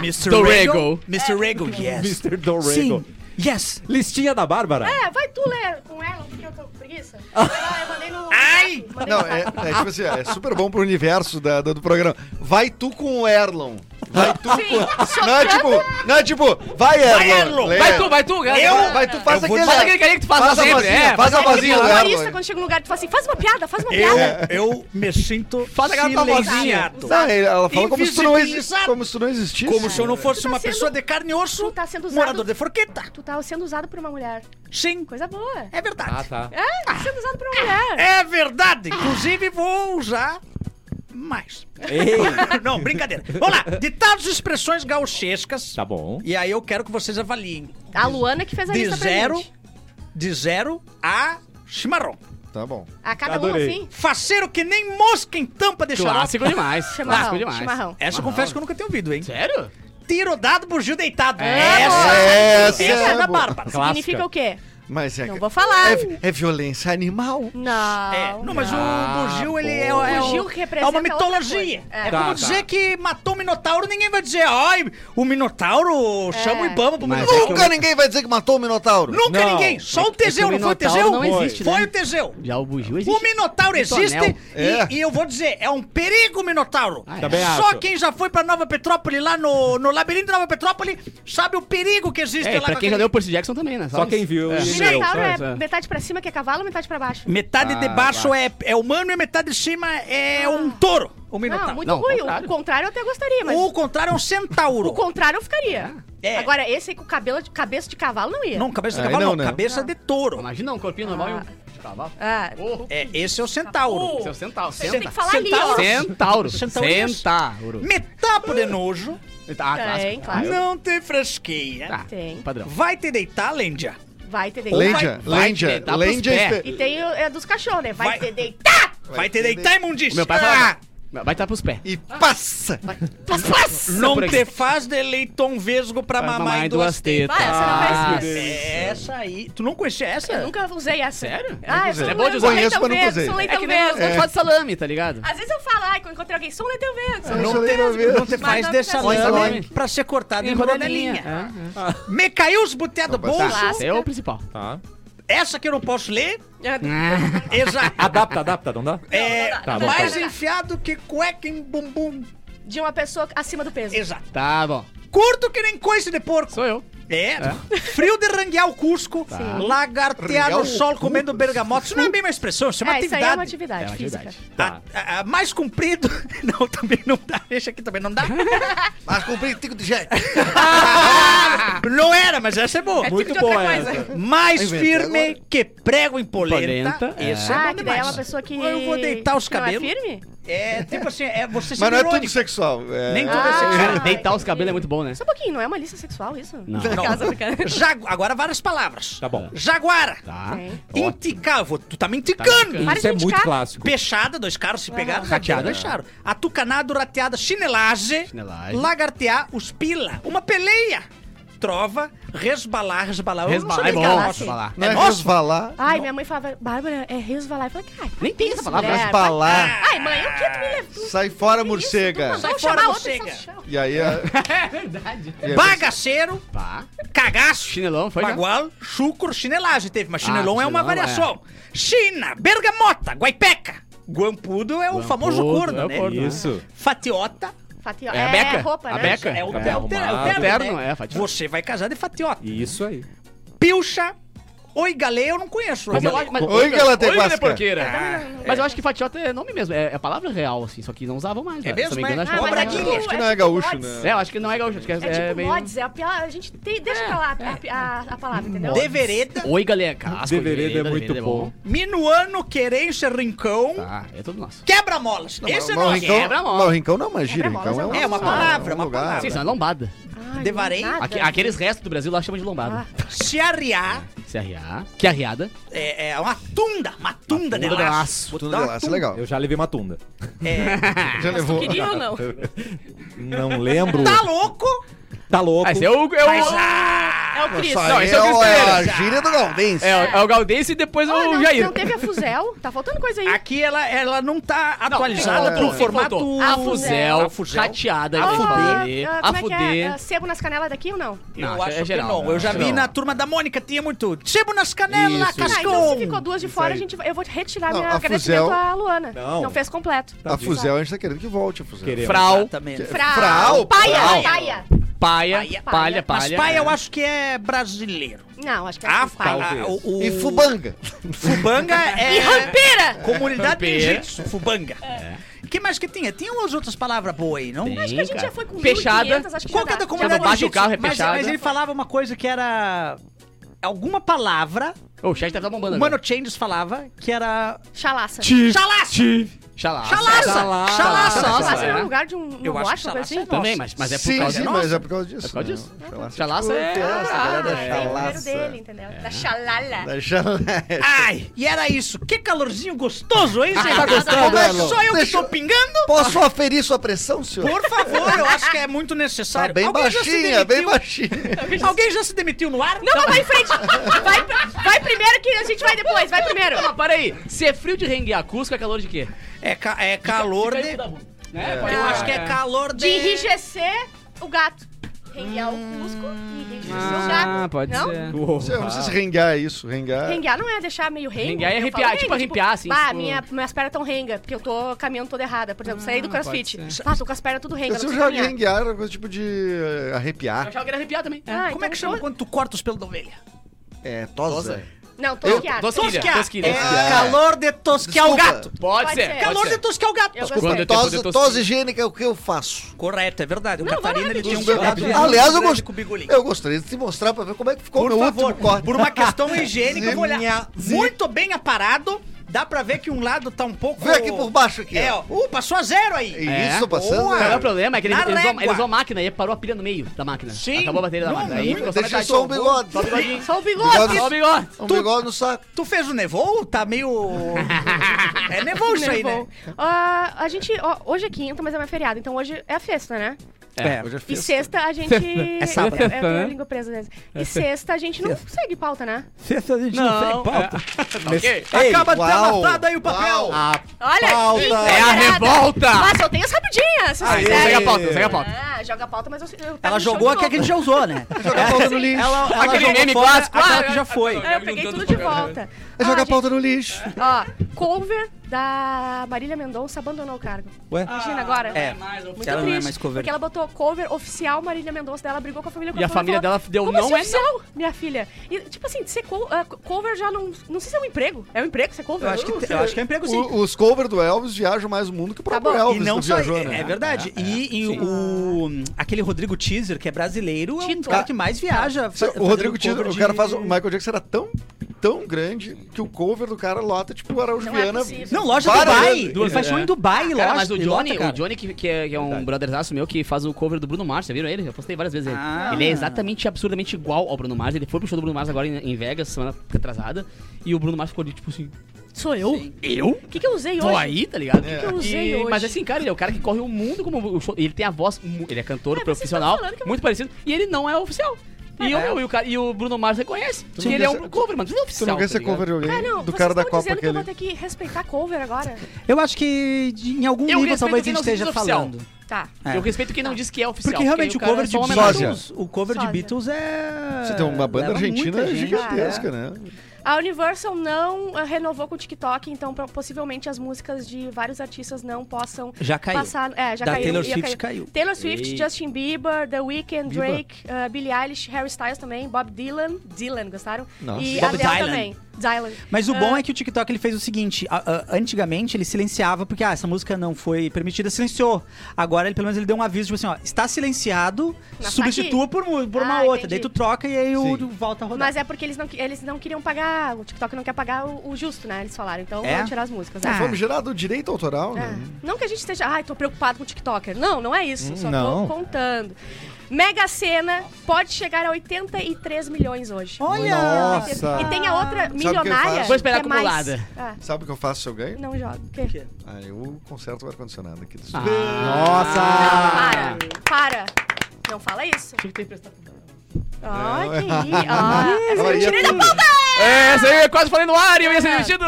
S3: Mr.
S5: Do
S3: Rego.
S5: Rego.
S3: Mr. Rego, yes.
S1: Mr. Dorrego.
S3: Sim, yes.
S1: Listinha da Bárbara.
S4: É, vai tu ler com ela, porque eu tô com preguiça. Ah, eu mandei no. Ai! Mandei
S6: Não,
S4: no
S6: é,
S4: zap.
S6: é tipo assim, é super bom pro universo da- do, do programa. Vai tu com o Erlon. Vai tu com. Não é tipo, não é tipo, vai Erlon.
S3: Erlon.
S6: Lê.
S5: Vai tu, vai tu, galera.
S6: Eu? Vai tu, faz
S3: Eu vou
S6: aquele.
S5: Faz aquele carinha que tu faz,
S6: Faz
S5: lá
S6: a
S5: sempre,
S6: vozinha,
S5: é.
S6: faz a
S4: É que
S6: vozinha
S4: tu
S6: do
S4: fala isso
S6: Erlon.
S4: quando chega num lugar, tu fala assim, faz uma piada, faz
S6: É.
S4: uma
S3: Eu,
S4: piada.
S3: eu me sinto
S5: Faz aquela tua vozinha.
S3: silenciado.
S6: Não, ela fala como se, tu não exi-
S3: Invisibilizado.
S6: como se tu não existisse.
S3: Como se eu não fosse
S4: Tu tá
S3: uma
S4: sendo-
S3: pessoa de carne e osso,
S4: tu tá sendo usado-
S3: morador de forqueta.
S4: Tu tá sendo usado por uma mulher.
S3: Sim,
S4: Coisa boa.
S3: é verdade.
S1: Ah, tá.
S4: É, tá sendo usado por uma mulher.
S3: É verdade. Inclusive, vou usar mais.
S1: Ei,
S3: Não, brincadeira. Vamos lá. Ditados e expressões gauchescas.
S1: tá bom.
S3: E aí eu quero que vocês avaliem.
S4: A Luana que fez a
S3: De
S4: lista pra
S3: zero,
S4: gente.
S3: de zero a chimarrão.
S6: Tá bom.
S4: A cada
S1: Adorei.
S4: um assim.
S3: Faceiro que nem mosca em tampa de xarope.
S5: Clássico demais. Clássico
S4: Chimarrão,
S5: demais.
S4: chimarrão.
S3: Essa eu confesso que eu nunca tenho ouvido, hein?
S5: Sério?
S3: Tiro dado, bugio deitado.
S5: É,
S3: Essa, essa,
S6: essa é
S3: é da
S6: boa.
S3: Bárbara.
S1: Clássica.
S4: Significa o quê?
S6: Mas é.
S4: Não vou falar.
S6: É, é violência animal.
S4: Não.
S3: É, não, mas
S5: Ah,
S3: o bugio, ele é, é,
S4: O
S3: é,
S4: bugio
S3: um-
S4: representa
S3: é uma
S4: outra
S3: mitologia.
S4: coisa. É.
S1: Tá,
S3: É, como
S1: tá.
S3: dizer que matou o Minotauro, ninguém vai dizer, ai, o Minotauro,
S4: É.
S3: chama o Ibama pro
S5: Mas é
S3: Minotauro.
S6: Nunca ninguém vai dizer que matou o Minotauro.
S3: é Nunca
S1: Não.
S3: ninguém. Só o Teseu,
S5: o
S3: não foi o
S5: é Minotauro
S3: Teseu?
S5: não
S3: foi
S5: existe,
S3: foi
S5: né?
S3: o Teseu.
S5: Já o
S4: Um
S5: bugio existe. Então, né,
S3: O Minotauro existe
S5: Anel.
S3: e,
S6: É.
S3: e eu vou dizer, é um perigo o Minotauro.
S5: Ah, é.
S1: Também
S3: Só
S1: acho.
S3: quem já foi pra Nova Petrópole, lá no, no labirinto de Nova Petrópole, sabe o perigo que existe
S5: É, e
S3: lá
S5: pra
S3: com
S5: quem já
S3: aquele-
S5: deu o Percy Jackson também, né?
S1: Só quem viu.
S5: É.
S1: e leu.
S4: Minotauro
S5: é,
S4: é
S5: é.
S4: metade pra cima que é cavalo, metade pra baixo.
S3: Metade de
S5: Ah,
S3: baixo
S5: vai.
S3: é, é humano e metade de cima é
S4: Ah.
S3: um touro, o Minotauro.
S4: Não, muito
S5: tá- Não,
S4: ruim.
S5: contrário.
S4: O contrário eu até gostaria, mas
S3: O contrário é um centauro.
S4: o contrário eu ficaria.
S3: É.
S4: Agora, esse aí com cabelo de, cabeça de cavalo não ia.
S3: Não, cabeça de
S6: Aí
S3: cavalo
S6: não,
S3: não,
S6: né?
S3: cabeça de touro.
S5: Imagina um corpinho normal e um de cavalo.
S4: Ah,
S5: Oh,
S3: É, esse é o centauro.
S5: Esse é o centauro.
S4: Você tem
S5: Senta.
S4: que falar ali, ó.
S3: Centauro.
S5: Centauro.
S3: Centauro é isso.
S5: Centauro.
S3: Metapo de nojo,
S5: Tá,
S4: Tem, claro.
S3: não te fresqueia.
S5: Tá,
S4: Tem.
S5: padrão.
S3: Vai te deitar, Lendia.
S4: Vai ter deitar.
S6: Lendia,
S5: Vai- vai te
S6: Lendia,
S5: deitar pros
S6: Lendia.
S5: pés.
S6: este-
S4: E tem o- é dos cachorros, né? Vai,
S3: Vai.
S4: ter deitar!
S3: Vai, te deitar, imundício.
S5: O meu pai
S3: Ah!
S5: falava. Vai estar pros pés.
S6: E passa!
S3: Não
S5: por aí.
S3: te faz de leitão vesgo pra mamar, em duas tetas.
S4: Vai, essa não vai
S5: Ah,
S4: existir.
S3: Essa aí. Tu não conhecia essa?
S4: Eu nunca usei essa.
S5: Sério?
S4: Ah, eu
S5: usei.
S4: sou
S5: É bom de
S4: eu
S5: usar.
S4: sou leitão
S6: Conheço, mas nunca
S4: verde,
S6: usei.
S4: sou
S5: É
S4: leitão
S5: que nem
S4: verde.
S5: os é. de salame, tá ligado?
S4: Às vezes eu falo, ai, quando encontrei alguém, sou um leitão verde.
S3: É,
S4: sou um
S3: Não,
S4: leitão
S3: te,
S6: leitão verde.
S3: não te
S4: Mas
S3: faz
S4: não um
S3: de
S4: precisa.
S3: salame
S5: Salame.
S3: pra ser cortado em
S5: Em rodelinha.
S3: rodelinha.
S5: É,
S3: Me caiu os boteados do
S6: Não, mas
S3: bolso.
S4: tá.
S5: Esse é o principal.
S1: Tá.
S3: Essa que eu não posso ler.
S4: verde.
S3: Exato.
S1: Adapta, adapta, não dá?
S3: É
S4: Tá
S1: bom,
S3: mais
S4: tá.
S3: enfiado que cueca em bumbum.
S4: De uma pessoa acima do peso.
S3: Exato.
S5: Tá bom.
S3: Curto que nem coice de porco.
S5: Sou eu.
S3: É. Frio de ranguear o Cusco, lagartear
S6: Ranguear
S3: no
S6: o
S3: sol comendo bergamota. Isso não é bem uma expressão, isso é uma
S4: É, isso aí
S3: atividade.
S4: é uma atividade física.
S1: Tá.
S3: A- a- a mais comprido. Não, também não dá. Deixa aqui também não dá.
S7: Mas comprei
S6: tipo
S7: tico de jeito.
S3: Ah, não era, mas essa é boa.
S4: É
S1: Muito
S4: tipo de outra
S1: boa
S4: coisa.
S1: essa.
S3: Mais
S7: Inventei
S3: firme
S7: agora.
S3: que prego em polenta.
S5: Polenta, é.
S3: Isso é
S4: Ah,
S3: bom
S4: que daí é uma
S3: demais.
S4: pessoa que.
S3: Eu vou deitar os
S4: que não
S3: cabelos.
S4: É firme?
S3: É, tipo assim, é você ser
S6: Mas não é
S3: irônico.
S6: tudo sexual. É...
S3: Nem tudo
S4: Ah,
S3: é sexual.
S5: Cara, deitar os cabelos é muito bom, né?
S4: Só um pouquinho, não é uma lista sexual isso?
S5: Não.
S3: Não. Jagu... Agora várias palavras.
S1: Tá bom.
S3: Jaguara.
S5: Tá.
S4: Tem.
S3: Indicar. eu vou- Tu tá me indicando.
S5: indicando.
S4: Para
S1: Isso
S4: de
S1: é
S4: indicar.
S1: muito clássico.
S3: Peixada, dois caras se pegaram,
S1: Rateada.
S3: rateada, deixaram. Atucanado, rateada, chinelagem,
S5: Chinelagem.
S3: lagartear, os pila, uma peleia, trova, resbalar, resbalar. eu não
S5: Resbalar
S3: sabia
S5: é
S3: que
S5: bom.
S3: era nosso.
S5: Resbalar.
S6: Não
S3: É
S6: é
S3: nosso?
S6: resvalar.
S4: Ai, minha mãe falava, Bárbara, é resvalar. Eu falei, cara,
S5: Nem tem essa palavra,
S4: mulher,
S6: Resvalar.
S4: Ai, mãe, o que É, Ah, tu me levou?
S6: Sai fora,
S4: Não,
S6: morcega.
S4: vamos
S3: fora,
S4: chamar outra
S3: chega.
S4: sensação.
S6: E aí a...
S5: É verdade.
S6: e aí a-
S3: Bagaceiro,
S5: Pá.
S3: cagaço,
S5: Chinelão, foi já?
S3: bagual, chucro, chinelagem teve, mas chinelão é uma
S5: chinelão,
S3: variação. China, bergamota, guaipeca, guampudo é o
S5: Guampudo,
S3: famoso corno,
S5: é o
S3: né?
S5: corno.
S1: Isso.
S3: Fatiota
S4: Fatio-
S5: É a beca.
S4: roupa,
S5: a
S4: né?
S5: beca.
S3: é o,
S1: É,
S3: é o, ter- é o
S1: arrumado.
S3: terno,
S5: Terno,
S3: né?
S5: é, fatiota.
S3: Você vai casar de fatiota.
S1: Isso aí.
S3: Pilcha, oi galê, eu não conheço.
S5: Mas
S3: Oi,
S5: eu acho- mas-
S6: Oi, Galateguasca.
S5: Oi, Galeporqueira.
S3: Ah,
S5: Mas eu acho que fatiota é nome mesmo, é, é palavra real, assim, só que não usavam mais.
S3: É
S5: né? Se
S3: mesmo,
S5: não me engano,
S3: é?
S5: acho
S4: Ah,
S5: que
S4: mas é
S3: Obradinha.
S4: tipo,
S6: Acho que não é gaúcho,
S4: mods.
S6: né?
S5: É, eu acho que não é gaúcho, acho que é,
S4: É tipo
S5: meio...
S4: mods, é a, pia- a gente tem, deixa pra lá a, a- a palavra, entendeu?
S3: De vereda,
S5: Oi, galera, casco.
S1: Deveredo é muito bom.
S3: minuano, querência, rincão,
S5: Tá, é tudo nosso.
S3: quebra-molas. Esse é
S6: Mas o
S3: nosso.
S6: rincão-
S5: Quebra a mola.
S6: mas o rincão não é uma gíria,
S4: Quebra a
S6: rincão
S4: mola,
S6: é,
S4: é
S3: uma
S6: nossa,
S3: palavra,
S6: é um
S3: uma
S6: lugar.
S3: palavra.
S5: Sim, isso é lombada.
S4: Ai,
S3: Devarei.
S4: nada.
S5: Aque- aqueles restos do Brasil lá chama de lombada.
S3: Se arriar,
S5: Se arriar. Que arriada.
S3: é, é uma tunda, uma tunda de
S5: tunda de
S3: laço.
S5: laço.
S3: Vou te
S6: Tudo
S3: dar
S6: de
S3: uma
S6: laço, é legal.
S1: Eu já levei uma tunda.
S6: Já
S4: Mas tu
S6: levou.
S4: queria ou não?
S1: Não lembro.
S3: Tá louco?
S1: Tá louco.
S5: Ah, esse é o. É
S3: Mas,
S5: o,
S3: ah,
S4: É o Cris.
S6: Isso aí
S5: Não, esse é o
S6: é, o-
S5: Cristo
S6: é a
S5: Pereira.
S6: gíria do Galdense.
S5: é, o- é o Galdense e depois
S4: Ah,
S5: o
S4: não,
S5: Jair.
S4: não teve a Fuzel? Tá faltando coisa aí.
S3: aqui ela, ela não tá atualizada
S6: tem
S3: pro
S6: que-
S3: formato...
S5: A
S4: fuzel.
S5: fuzel, rateada, a
S4: Ah, ah,
S5: fuder,
S4: como
S5: a
S4: é que é? Ah,
S5: fuder.
S4: Sebo nas canelas daqui ou não?
S5: Não,
S3: Eu
S5: isso é
S3: acho que
S5: geral,
S3: não.
S5: não,
S3: Eu já
S5: isso
S3: vi
S5: não.
S3: na turma da Mônica, tinha muito. Sebo nas canelas,
S6: Isso, isso.
S4: Ah, então se ficou
S3: cascão.
S4: duas de fora, a gente, eu vou retirar
S6: Não,
S4: meu
S6: a
S4: agradecimento
S6: Fuzel-
S4: à Luana.
S1: Não.
S4: fez completo.
S6: A Fuzel, a gente tá querendo que volte a Fuzel.
S1: Queremos.
S5: Frau,
S3: Exatamente.
S4: Frau.
S6: Frau,
S4: Paia,
S6: frau.
S4: paia.
S5: paia,
S4: Palha.
S5: palha, palha.
S3: Mas pai eu
S5: é.
S3: acho que é brasileiro.
S4: Não, acho que é
S3: Ah,
S4: paia.
S3: ah, o, o-
S6: E Fubanga.
S3: Fubanga é...
S4: E rampeira!
S3: Comunidade de
S5: Pera.
S3: jiu-jitsu, fubanga. O que mais que tinha? Tinha umas outras palavras boas aí, não?
S5: Tem,
S4: Acho que a gente
S5: cara.
S4: já foi com
S5: Fechada.
S4: 1.500, acho que
S3: Qual
S4: já
S3: que é
S4: dá.
S3: da comunidade
S5: Já bate o
S3: jiu-jitsu?
S5: carro, é
S3: mas,
S5: fechada.
S3: mas ele falava uma coisa que era... Alguma palavra,
S5: Ô, O chat tá bombando
S3: o
S5: agora.
S3: Mano Changes falava, que era...
S4: Chalaça.
S3: Chalaça!
S5: Chalaça.
S3: Chalaça! Chalaça!
S5: Chalaça,
S4: Chalaça não é
S5: é.
S4: um lugar de um
S3: Eu
S4: eu
S3: acho
S4: boate,
S3: que
S4: uma
S3: chalaça
S4: coisa
S3: é
S4: assim?
S3: nossa.
S5: Também, mas, mas é por
S6: sim,
S5: causa
S6: sim,
S5: nossa.
S6: mas é por causa disso.
S5: por causa
S6: né?
S5: disso.
S6: Chalaça.
S5: Chalaça é-
S6: Tipo, essa galera da
S5: Ah,
S4: Tem o número
S6: chalaça.
S4: dele, entendeu? Da xalala.
S6: Da chala-
S3: Ai, e era isso. Que calorzinho gostoso, hein, gente?
S5: Tá gostando,
S3: É
S6: Elon?
S3: só eu que
S6: Deixa
S3: tô
S6: eu-
S3: pingando?
S6: Posso aferir sua pressão, senhor?
S3: Por favor, eu acho que é muito
S6: Tá
S3: necessário.
S6: bem
S3: Alguém já se
S6: baixinha, bem
S3: demitiu?
S6: baixinha.
S3: Alguém já se demitiu no ar?
S4: Não, não, vai em frente. Vai, vai primeiro que a gente vai depois. Vai primeiro.
S5: Não, mas para aí. Se é frio de rengue a Cusco, é calor de quê?
S3: É, ca- é calor
S5: Fica
S3: de...
S5: aí da bunda, Né? Pode
S3: Eu
S5: ser.
S3: acho que é calor de...
S4: De enrijecer o gato. Renguear o Cusco e enrijecer o gato.
S5: Ah, pode
S4: não?
S5: ser.
S6: Eu não sei se rengar é isso, rengar.
S4: Renguear não é deixar meio rengo.
S5: Renguear é
S4: eu
S5: arrepiar,
S4: falo
S5: tipo arrepiar, assim,
S4: Ah,
S5: tipo-
S4: minha, minhas pernas tão renga, porque eu tô caminhando toda errada. Por exemplo, saí do crossfit. Ah, tô com as pernas tudo renga,
S6: Se
S4: não
S6: eu
S4: consigo
S6: já
S4: caminhar.
S6: rengar, é coisa tipo de eh,
S5: Eu
S6: arrepiar.
S5: achava que era arrepiar também.
S4: Ah,
S3: Como é que
S4: então
S3: chama quando tu corta os pelos da ovelha?
S6: É, tosa.
S4: Não, tosquiar.
S5: Eu- tosquilha.
S3: É
S6: Tosquilha.
S3: calor de tosquear o
S6: Desculpa.
S3: gato.
S5: Pode
S4: Pode
S5: ser.
S4: ser.
S5: É, pode
S3: Calor
S5: ser.
S3: de tosquear o gato.
S4: Eu
S5: Quando eu
S4: gostei.
S5: tenho poder,
S6: Tosa,
S5: eu tô-
S6: tosa higiênica é o que eu faço.
S3: Correto, é verdade. O Catarina, ele tinha um
S6: Tudo bem.
S3: gato.
S6: Aliás, eu,
S3: grande
S6: gost...
S3: com bigolinho.
S6: eu gostaria de te mostrar pra ver como é que ficou o
S3: Por
S6: meu
S3: favor,
S6: último corte.
S3: por uma questão higiênica, eu vou olhar.
S6: Zinha.
S3: Muito bem aparado. Dá pra ver que um lado tá um pouco...
S6: Vem aqui por baixo aqui,
S3: É, ó.
S6: ó.
S3: Uh, passou a zero aí.
S6: É Isso,
S5: É?
S6: passando.
S3: Boa.
S6: né?
S5: Não, o problema é que ele,
S3: Na
S5: ele, usou,
S3: régua.
S5: ele usou a máquina e parou a pilha no meio da máquina.
S3: Sim.
S5: Acabou a bateria da
S3: Não,
S5: máquina. Aí
S3: não,
S5: ficou só
S6: Deixa
S5: metade.
S6: só o bigode.
S5: Só o bigodinho.
S4: Só o bigode.
S6: Bigode.
S5: Só o bigode.
S6: Um bigode no saco.
S3: Tu fez o nevoo? Tá meio... É nevoo isso aí, né?
S4: Nervou. Ah, a gente, ó, hoje é quinta, mas é mais feriado, então hoje é a festa, né?
S5: É.
S6: Eu já
S4: E
S6: fiz.
S4: sexta a gente.
S3: É sábado.
S4: É, é, a língua presa mesmo. E sexta a gente não segue pauta, né?
S1: Sexta a gente
S5: Não. Ok. Ah,
S3: Acaba de ter
S6: uau,
S3: anotado aí o papel.
S6: uau.
S1: A
S4: Olha!
S1: Pauta.
S4: que
S5: É a
S4: empoderada.
S5: revolta.
S4: Mas eu tenho as rapidinhas, se
S1: Aê.
S4: quiser.
S5: Segue a pauta, segue a pauta.
S4: Ah, joga a pauta, mas eu. eu tava
S3: Ela
S4: no show
S3: jogou
S4: de
S3: a que a
S4: novo.
S3: gente já usou, né?
S6: Joga a pauta no lixo.
S3: Ela, ela
S5: Aquele
S3: jogou
S5: meme
S3: fora
S5: clássico.
S3: Aquela
S5: Ah,
S4: É,
S3: que já foi.
S4: Ah, eu peguei tudo de volta.
S6: É jogar a
S4: gente,
S6: pauta no lixo.
S4: Ó, cover, da Marília Mendonça abandonou o cargo.
S1: Ué?
S4: Imagina agora.
S3: É,
S4: Muito
S3: ela não é
S4: triste,
S3: mais cover.
S4: Porque ela botou cover oficial Marília Mendonça dela, brigou com a família com
S5: E a
S4: fã,
S5: família
S4: falou,
S5: dela deu
S4: Como
S5: não
S4: assim
S5: é
S4: oficial, minha filha. E, tipo assim, ser co- ah, co- cover já não. Não sei se é um emprego. É um emprego ser cover?
S3: Eu acho que, eu acho que é um emprego sim.
S6: O- os covers do Elvis viajam mais o mundo que o próprio
S4: bom.
S3: e
S6: Elvis
S3: não
S6: que
S3: só
S6: viajou,
S3: é,
S6: né?
S3: é verdade. e e o aquele Rodrigo Teaser, que é brasileiro, é um
S4: Tito.
S3: cara que mais viaja. fa-
S6: O
S3: Tá fazendo um
S6: Rodrigo
S3: cover
S6: Tito, o
S3: de-
S6: cara faz. O Michael Jackson era tão, tão grande que o cover do cara lota, tipo, o Araújo
S4: Não é
S6: Viana.
S4: possível.
S3: Não, loja
S6: Várias
S3: Dubai.
S6: vezes.
S5: Duas
S3: Ele faz
S5: vezes,
S3: show
S5: é.
S3: em Dubai, loja.
S5: Cara, mas o
S3: ele
S5: Johnny,
S3: lota, cara.
S5: o Johnny que, que é, que é um
S1: Verdade.
S5: brotherzaço meu, que faz o cover do Bruno Mars, já viram ele? Eu postei várias vezes ele.
S3: Ah.
S5: Ele é exatamente, absurdamente igual ao Bruno Mars. Ele foi pro show do Bruno Mars agora em, em Vegas, semana atrasada. E o Bruno Mars ficou ali, tipo assim,
S4: Sou eu?
S5: eu?
S4: O que, que eu usei
S5: Tô
S4: hoje?
S5: aí, tá ligado?
S4: que eu usei
S5: E-
S4: hoje?
S5: Mas assim, cara, ele é o cara que corre o mundo como o show. Ele tem a voz, mu- ele é cantor
S4: É, vocês
S5: profissional,
S4: estão falando que eu-
S5: muito parecido, e ele não é oficial. E, eu, e o, cara- e o Bruno Mars reconhece.
S6: Tu
S5: que
S6: não
S5: ele
S6: quer
S5: é um
S6: ser-
S5: cover, mano. Tu não é oficial.
S6: Tu não quer
S5: tá
S6: ser
S5: ligado?
S6: cover de alguém?
S4: Ah, não,
S6: do
S4: vocês
S6: cara da
S4: estão
S6: Copa
S4: dizendo que eu vou
S6: aquele.
S4: ter que respeitar cover agora?
S3: Eu acho que de- em algum
S5: Eu
S3: nível
S5: respeito
S3: talvez
S5: quem
S3: a gente
S5: não se diz
S3: esteja
S5: oficial.
S3: falando.
S4: Tá.
S3: É.
S5: Eu respeito quem não diz que é oficial.
S3: Porque realmente
S5: aí
S3: o
S5: cara
S3: cover
S5: é
S3: de
S5: só uma homenagem.
S6: Sósia.
S3: Beatles, o cover de
S4: Sósia.
S3: Beatles
S5: né?
S3: é
S6: Você tem uma banda
S3: leva
S6: argentina
S3: muita gente.
S6: gigantesca, né?
S4: A Universal não ah, renovou com o TikTok, então pro- possivelmente as músicas de vários artistas não possam
S3: Já caiu.
S4: passar. É, já
S3: da
S4: caiu.
S3: Taylor
S4: ia
S3: Swift
S4: cair.
S3: caiu.
S4: Taylor Swift,
S5: Ei.
S4: Justin Bieber, The Weeknd,
S6: Bieber.
S4: Drake, ah, Billie Eilish, Harry Styles também, Bob Dylan, Dylan, gostaram?
S6: Nossa.
S4: E
S3: Bob
S4: Adele
S3: Dylan.
S4: também. Dylan.
S3: Mas o
S4: Ah.
S3: bom é que o TikTok ele fez o seguinte: a- a- antigamente ele silenciava, porque ah, essa música não foi permitida, silenciou. Agora ele pelo menos ele deu um aviso, tipo assim, ó, está silenciado,
S4: Mas
S3: substitua por, mu- por uma
S4: Ah,
S3: outra.
S4: entendi.
S3: Daí tu troca e aí o,
S6: Sim.
S3: volta a rodar.
S4: Mas é porque eles não, que- eles não queriam pagar, o TikTok não quer pagar o, o justo, né? Eles falaram, então
S3: É?
S4: vão tirar as músicas.
S6: O
S4: né?
S6: famigerado direito autoral,
S4: É.
S6: né?
S4: Não que a gente esteja, ai, tô preocupado com o TikToker. Não, não é isso.
S1: Hum,
S4: só
S1: não.
S4: tô contando. Mega Sena pode chegar a 83 milhões hoje.
S3: Olha!
S1: Nossa.
S4: E tem a outra
S6: que eu
S4: milionária.
S6: faço?
S5: Vou esperar
S4: que é mais.
S5: acumulada.
S4: Ah,
S6: Sabe o que eu faço se eu ganho?
S4: não joga. O quê?
S6: Ah, eu conserto o ar-condicionado aqui. do
S5: Ah,
S6: estúdio.
S1: Nossa!
S4: Para. Não fala isso.
S5: tinha que ter prestado atenção.
S4: Ai,
S6: Não.
S4: que isso. Ah, essa
S6: Ela
S4: eu
S6: ia
S4: tirei da
S6: tudo.
S4: pauta.
S5: É, essa aí eu quase falei no ar e eu ia ser demitido!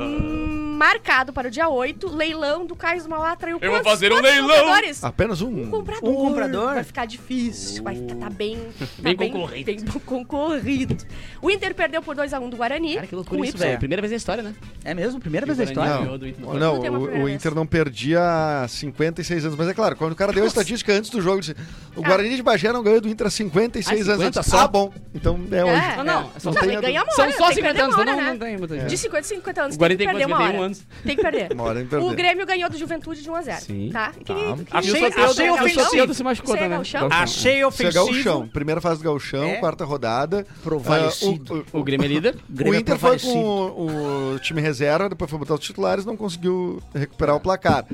S4: Hum, Marcado para o dia 8, leilão do Cais Mauá atraiu
S5: Eu vou
S4: quantos-
S5: fazer um
S4: quantos
S5: leilão.
S4: compradores?
S6: Apenas um.
S4: Um comprador.
S3: Um comprador?
S4: Vai ficar difícil. Vai ficar tá bem, tá
S5: Bem concorrido.
S4: Bem concorrido. O Inter perdeu por 2x1 do Guarani.
S5: Cara, que
S4: com
S5: loucura isso,
S4: Y.
S5: velho. Primeira vez na história, né?
S3: É mesmo? Primeira
S5: Que
S3: vez na
S5: Guarani.
S3: história.
S5: Ganhou do Inter.
S6: Não,
S4: Tudo tem uma
S6: não o,
S4: primeira
S6: o
S4: vez.
S6: Inter não perdia há 56 anos. Mas é claro, quando o cara deu a estatística antes do jogo, ele disse, o Guarani de Bagé não ganhou do Inter há 56
S5: Ah,
S6: anos.
S5: 50
S6: antes.
S5: só?
S6: Ah, bom. Então é hoje.
S4: É.
S5: Não, não, é só-
S4: Não,
S6: tem
S4: ele
S6: a-
S4: ganha uma
S5: São
S4: hora,
S5: só
S4: tem que
S5: 50 anos,
S4: perder
S5: então
S4: uma hora,
S5: não, não
S4: né?
S5: tem muita
S4: De
S5: gente.
S4: 50 a 50 anos, tem que
S5: 41,
S4: perder uma hora.
S5: 41 anos.
S4: Tem que perder.
S6: Uma hora tem que
S4: O
S6: perder.
S4: Grêmio ganhou do Juventude de 1x0.
S1: Sim,
S4: Tá?
S1: tá.
S5: E o
S3: Achei-
S5: Soteldo-
S3: achei
S5: o
S3: ofensivo.
S5: Soteldo se machucou
S4: Você é
S5: também.
S4: gauchão?
S3: Achei
S6: Isso é
S3: ofensivo.
S6: Gauchão. Primeira fase do Gauchão,
S3: É.
S6: quarta rodada.
S3: Provalecido.
S6: Ah, o- o-
S5: O Grêmio é líder.
S6: o
S3: Grêmio
S6: Inter foi
S3: aparecido.
S6: com o, o time reserva, depois foi botar os titulares, não conseguiu recuperar o placar.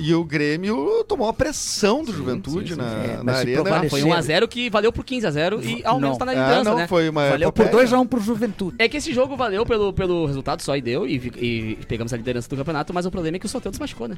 S6: E o Grêmio tomou a pressão do Juventude na,
S3: sim. É,
S6: na
S3: mas se
S6: arena.
S3: provar-
S5: Ah, foi 1x0 que valeu por 15x0 e ao menos
S3: Não.
S5: tá na
S6: Ah,
S5: liderança,
S6: não,
S5: né?
S6: foi uma
S3: Valeu por
S6: epopeia.
S3: 2x1 pro Juventude.
S5: É que esse jogo valeu pelo, pelo resultado só e deu, e, vi- e pegamos a liderança do campeonato, mas o problema é que o Soteldo se machucou, né?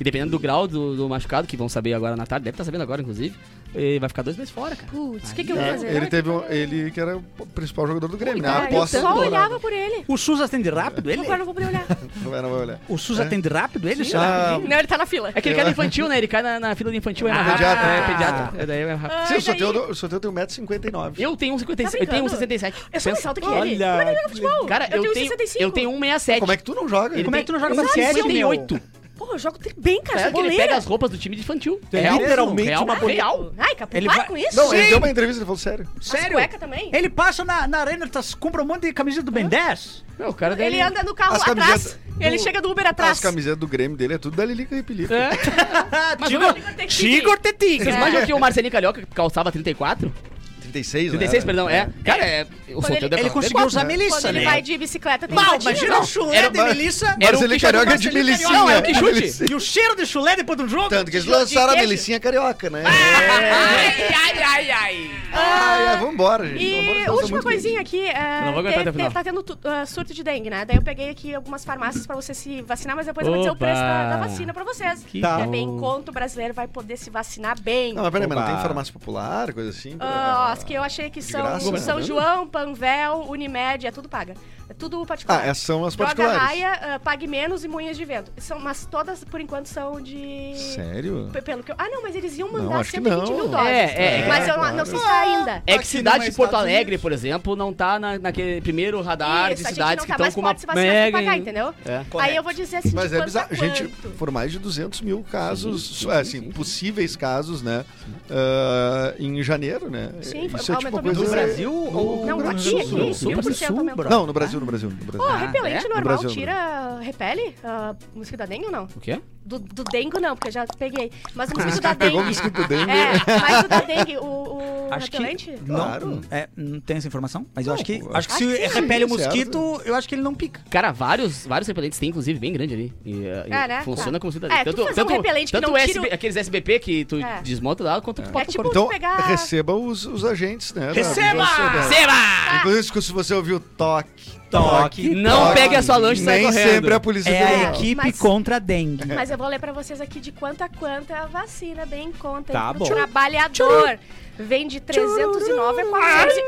S5: E dependendo do grau do, do machucado, que vão saber agora na tarde, deve estar sabendo agora, inclusive, eh, vai ficar dois meses fora, cara.
S4: Putz, o que, que eu vou
S6: É,
S4: fazer?
S6: ele teve um- ele que era o principal jogador do Grêmio, né?
S4: Ah,
S6: A
S4: eu
S6: aposta
S4: só
S6: do Dourado.
S4: olhava por ele.
S3: O SUS atende rápido, ele?
S4: Agora eu não vou poder olhar.
S6: Não era, vai olhar.
S3: O SUS atende rápido, ele?
S6: Ah,
S4: Não, ele tá na fila.
S5: É que ele cai no infantil, né? Ele cai na, na fila do infantil, é mais rápido.
S6: pediatra.
S5: É, pediatra. É, daí é mais rápido.
S4: Ai,
S6: Ah, sim, o
S4: daí-
S6: Soteldo, o Soteldo tem 1,59m.
S5: Eu tenho um 57,
S4: Tá
S5: eu tenho um
S4: brincando?
S5: 67.
S4: Eu sou mais
S5: Pensa-
S4: alto que ele. Como é que ele joga futebol?
S5: Cara, eu, tenho, um
S4: 65.
S5: eu tenho 167.
S6: Como é que tu não joga?
S5: Ele
S3: Como é
S5: tem-
S3: que tu não joga
S5: ele tem
S3: basquete, meu?
S5: 58.
S4: Pô, eu jogo tri- bem, cara.
S5: É
S4: Sou
S5: que ele
S4: goleira.
S5: pega as roupas do time de infantil.
S1: É
S5: Real,
S1: literalmente
S5: real,
S1: uma
S4: Ai,
S5: real.
S4: Ai, capô,
S3: Ele
S4: para
S3: vai-
S4: com isso.
S6: Não, ele deu uma entrevista, ele falou sério.
S3: Sério?
S4: cueca também?
S3: Ele passa na, na arena, tá, compra um monte de camiseta do Ben 10.
S5: Meu, o cara dele...
S4: Ele é- anda no carro
S6: As
S4: atrás.
S6: camisetas
S4: Ele
S6: do-
S4: chega do Uber
S6: As
S4: atrás.
S6: camisetas do Grêmio dele é tudo da Lilica Repelica.
S5: É. Mas olha-
S3: Chico
S4: É.
S3: Tetica.
S5: Vocês imaginam que o Marcelinho Carioca calçava 34?
S6: 36,
S5: 36, perdão. É. Cara, é. O
S4: Quando
S5: Soteldo é
S3: Ele
S5: calçado.
S3: conseguiu usar
S4: um Quando
S3: Melissa,
S4: ele
S3: né?
S4: vai de bicicleta, tem
S3: Pau,
S4: patinha,
S3: imagina
S4: não?
S3: o chulé de um
S6: Era-
S3: Melissa
S5: Era o
S6: Marcelinho
S5: que já
S6: é Carioca
S5: jogou
S6: de
S5: Marcelinho
S6: Melicinha. é
S5: Carioca. Não, era o que chute.
S6: Melicinha.
S3: assim, e o cheiro de chulé depois do jogo.
S6: Tanto que eles
S4: Tijolo de
S6: lançaram a
S4: queijo.
S6: Melicinha Carioca, né?
S5: Ah, é. Ai,
S4: É.
S5: ai, ai, ai.
S6: Ai, ai, vambora, gente. Vambora,
S4: E
S6: nós
S4: última
S6: estamos muito
S4: coisinha aqui, é,
S5: Eu não vou aguentar
S4: teve-
S5: até o final.
S4: tá tendo tu- ah, surto de dengue, né? Daí eu peguei aqui algumas farmácias pra você se vacinar, mas depois eu vou dizer o
S5: Opa!
S4: preço da, da vacina pra vocês. Que
S1: Tá.
S4: é bem enquanto o brasileiro vai poder se vacinar bem.
S6: Não, mas peraí, mas não
S1: Opa.
S6: tem farmácia popular, coisa assim?
S4: Ah,
S6: pra-
S4: as que eu achei que
S6: de
S4: são
S6: graça, né?
S4: São João, Panvel, Unimed, é tudo paga. É tudo particular.
S6: Ah, essas são as
S4: Droga
S6: particulares.
S4: raia, ah, pague menos e moinhas de vento. São, mas todas, por enquanto, são de.
S6: Sério?
S4: P- Pelo que eu... Ah, não, mas eles iam
S6: Não,
S4: mandar
S6: acho que
S4: 120
S6: não.
S4: mil dólares.
S5: É, é,
S4: mas
S6: é,
S4: eu não-
S6: claro.
S4: não sei se tá ainda.
S5: É que
S8: Aqui
S5: cidade
S8: não é
S5: de Porto
S8: Estados
S5: Alegre,
S8: Unidos.
S5: por exemplo, não tá na- naquele primeiro radar
S4: Isso,
S5: de
S4: a gente
S5: cidades
S4: não
S5: que
S4: tá
S5: estão
S4: mais
S5: com uma
S4: forte se vacinar sem pagar,
S5: mega-
S4: entendeu?
S5: É.
S4: Aí eu vou dizer assim,
S6: Mas
S4: de
S6: é
S4: quanto a
S6: bizarro. Gente,
S4: quanto?
S6: foram mais de 200 mil casos,
S5: Sim, sim,
S6: assim,
S5: sim, sim.
S6: possíveis casos, né? ah, em janeiro, né?
S4: Sim, foi-
S6: Isso é tipo
S4: aumentou
S6: uma coisa...
S4: muito. No Brasil
S6: ou
S4: Não, aqui, aqui,
S5: Sul, Sul,
S4: 100%
S5: Sul,
S4: aumentou.
S6: Não, no Brasil, no Brasil. No Brasil.
S4: Pô,
S5: Ah,
S4: repelente
S5: é?
S4: normal
S6: No Brasil, no
S4: tira... Repele? Ah, mosquito da dengue ou não?
S5: O quê?
S4: Do, do dengue não, porque eu já peguei. Mas o mosquito da
S6: Pegou o
S4: dengue...
S6: mosquito dele.
S4: É, mas o da dengue, o, o
S3: Acho que-
S4: repelente...
S3: Não,
S6: Claro.
S3: é, não tem essa informação, mas eu
S6: Não,
S3: acho que,
S6: eu
S3: acho que
S4: acho
S3: se
S4: que sim,
S3: repele o
S6: certo.
S3: mosquito, eu acho que ele não pica.
S5: Cara, vários, vários repelentes tem, inclusive, bem grande ali. E, eh,
S4: É, né?
S5: Funciona
S4: Claro.
S5: como cidade.
S4: É, tu fazer um repelente que
S5: tanto
S4: não
S5: o
S4: tira
S5: SB,
S4: o-
S5: aqueles SBP que tu
S4: É.
S5: desmonta lá, quanto tu
S4: É
S5: bota
S4: tipo
S6: Então,
S4: tu pegar...
S6: receba os, os agentes, né? da-
S3: Receba!
S6: da-
S5: Seba!
S6: Inclusive, se você ouviu toque,
S3: Toque.
S5: Não
S6: toque,
S5: pegue a sua lanche e sai
S6: Nem
S5: correndo.
S6: sempre a polícia
S3: É a
S6: federal.
S3: equipe
S4: mas-
S3: contra a dengue.
S4: Mas eu vou ler pra vocês aqui de quanto a quanto é a vacina, bem em conta. hein,
S1: Tá
S4: pro
S1: bom.
S4: Trabalhador. Vem de 309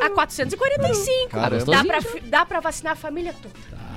S4: a, 400 a 445.
S6: Caramba.
S4: Dá pra, fi- dá pra vacinar a família toda.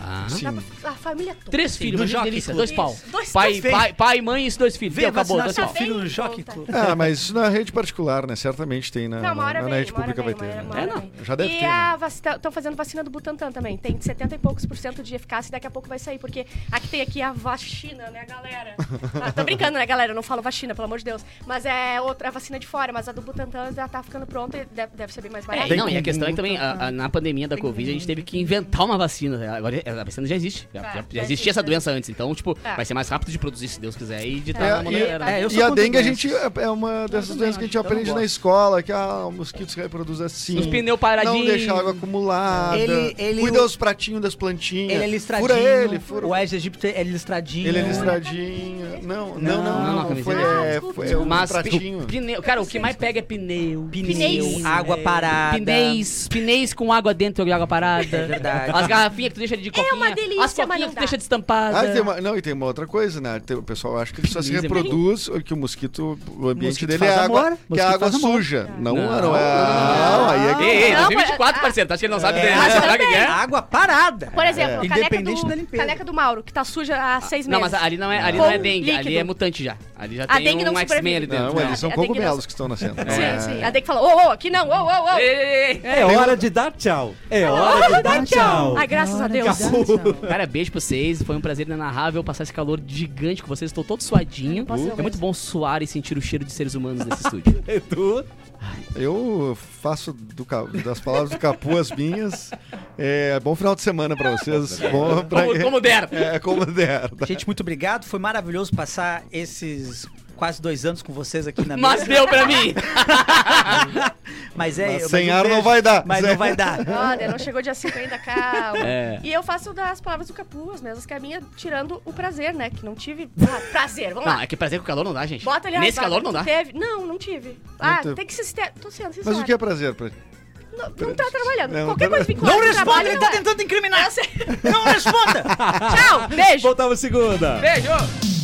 S5: Ah.
S6: Sim.
S4: Dá pra, a família toda.
S5: Três filhos,
S3: Do
S5: imagina que
S3: Jockey
S5: delícia.
S3: Club.
S5: Dois pau.
S4: Isso, dois-
S5: pai,
S3: dois filhos.
S5: pai, pai, mãe e dois filhos. Deu, acabou, tá dois
S4: seu
S5: pau.
S4: filho. no Jockey Club.
S6: Ah, mas isso na rede particular, né? Certamente tem na,
S4: Não, uma
S6: na,
S4: hora
S6: na
S4: vem,
S6: rede
S4: uma hora
S6: pública
S4: vem,
S6: vai ter.
S4: uma
S6: né?
S4: hora
S5: É, não.
S4: vem.
S6: Já deve
S4: e
S6: ter, né?
S4: a estão fazendo vacina do Butantan também. Tem 70 e poucos por cento de eficácia e daqui a pouco vai sair, porque aqui tem aqui a vacina, né, galera? Ah, tô brincando, né, galera? Eu não falo vacina, pelo amor de Deus. Mas é outra a vacina de fora, mas a do Butantan já tá ficando pronta e deve, deve ser bem mais barata.
S5: É, não, e a questão é que também, a- a- na pandemia da Covid, a gente teve que inventar uma vacina. né? Agora a vacina já existe. Já,
S4: É,
S5: já- já
S4: já
S5: existia
S4: existe,
S5: essa
S4: né?
S5: doença antes. Então, tipo,
S4: É.
S5: vai ser mais rápido de produzir, se Deus quiser, e de tá
S6: É,
S5: dar uma
S6: e-
S5: galera.
S3: é, eu sou
S6: E a
S3: contra
S6: dengue a
S3: doenças.
S6: gente é uma dessas
S4: também
S6: doenças que a
S3: acho,
S6: gente
S3: eu não
S6: aprende na
S3: gosto.
S6: escola, que ah, o mosquito se reproduz assim.
S5: Os pneus paradinhos.
S6: Não deixa a água acumulada.
S3: Ele- ele-
S6: cuida os pratinhos das plantininhas.
S3: Ele é listradinho.
S6: Fura ele, fura.
S3: O Aedes aegypti é listradinho.
S6: Ele é listradinho. Não, não,
S3: Não,
S6: não.
S5: não,
S6: não, foi,
S5: camiseta.
S6: é,
S4: Ah,
S6: foi, é um
S5: Mas,
S6: pratinho.
S5: tipo, pneu, cara, o que mais pega é pneu.
S4: Pneus.
S3: água parada.
S5: Pneis, pneis É. com água dentro e água parada. É
S3: verdade.
S5: As garrafinhas que tu deixa de coquinha.
S4: É uma delícia,
S5: as
S4: mas
S5: coquinhas
S4: não
S5: que tu
S4: dá.
S5: deixa destampada.
S6: Ah, tem uma- não, e tem uma outra coisa, né? Tem- o pessoal acha que ele só se
S5: Dizem-
S6: reproduz, que o mosquito, o ambiente
S3: Mosquito
S6: dele é
S3: faz
S6: água,
S3: amor,
S6: que é
S3: mosquito
S6: água
S3: faz amor.
S6: suja. Não,
S5: Não.
S6: não, é. Não, aí é que-
S5: Ei, ei,
S4: Não,
S5: 2024,
S4: mas-
S5: parceiro. tu acha que ele não sabe? Ah, É.
S3: Mas
S5: Sabe o que é?
S3: Água parada.
S4: Por exemplo, a caneca
S3: Independente da
S4: do,
S3: limpeza.
S4: caneca do Mauro, que tá suja há seis meses.
S5: Ah, Não, mas ali não é, ali
S4: Com
S5: não é dengue, ali
S4: líquido.
S5: é mutante já. Ali já
S4: A
S5: tem
S4: dengue não
S5: um X-Men ali
S4: sobrevive.
S5: dentro.
S6: Não, eles são
S4: É, tem que
S6: cogumelos
S4: não-
S6: que estão nascendo. não
S4: Sim,
S6: é-
S4: sim. A Dei que falou, ô, ô, aqui não, ô, ô, ô.
S5: Ei, ei, ei.
S1: É hora de dar tchau. É hora de dar tchau. Ah,
S4: Ai, graças a Deus.
S5: Cara, beijo pra vocês. Foi um prazer inenarrável passar esse calor gigante com vocês. Estou todo suadinho.
S4: Posso ver
S5: É
S4: o
S5: muito bom suar e sentir o cheiro de seres humanos nesse estúdio.
S1: Edu,
S6: Eu faço do Ca- das palavras do Capu as minhas. É, bom final de semana pra vocês. Bom, pra...
S5: como, como der.
S6: É, como der. tá?
S3: Gente, muito obrigado. Foi maravilhoso passar esses quase dois anos com vocês aqui na mesa.
S5: Mas deu pra mim.
S3: Mas é.
S6: Mas
S3: mas
S6: sem
S3: um
S6: ar não
S3: beijo.
S6: vai dar.
S3: Mas
S6: Sem-
S3: não vai dar.
S4: Olha, não chegou dia 5 ainda, calma.
S5: É.
S4: E eu faço das palavras do Capu, as mesmas que a minha, tirando o prazer, né? Que não tive. Ah, prazer, vamos
S5: Não,
S4: lá.
S5: é que prazer com calor não dá, gente.
S4: Bota ali a
S5: Nesse
S4: vaga.
S5: calor não dá.
S4: Teve? Não, não tive. ah,
S6: teve.
S4: tem que se. ter- Tô sendo sincera.
S6: Mas o que é prazer pra ti?
S4: Não, não tá trabalhando.
S6: Não,
S4: Qualquer
S6: pera-
S4: coisa vinculada
S3: Não
S4: ao
S3: responda,
S4: trabalho
S3: ele tá
S4: não é.
S3: tentando
S4: Eu
S3: incriminar.
S4: sei.
S3: Não responda.
S4: Tchau, beijo.
S1: voltamos segunda.
S5: Beijo.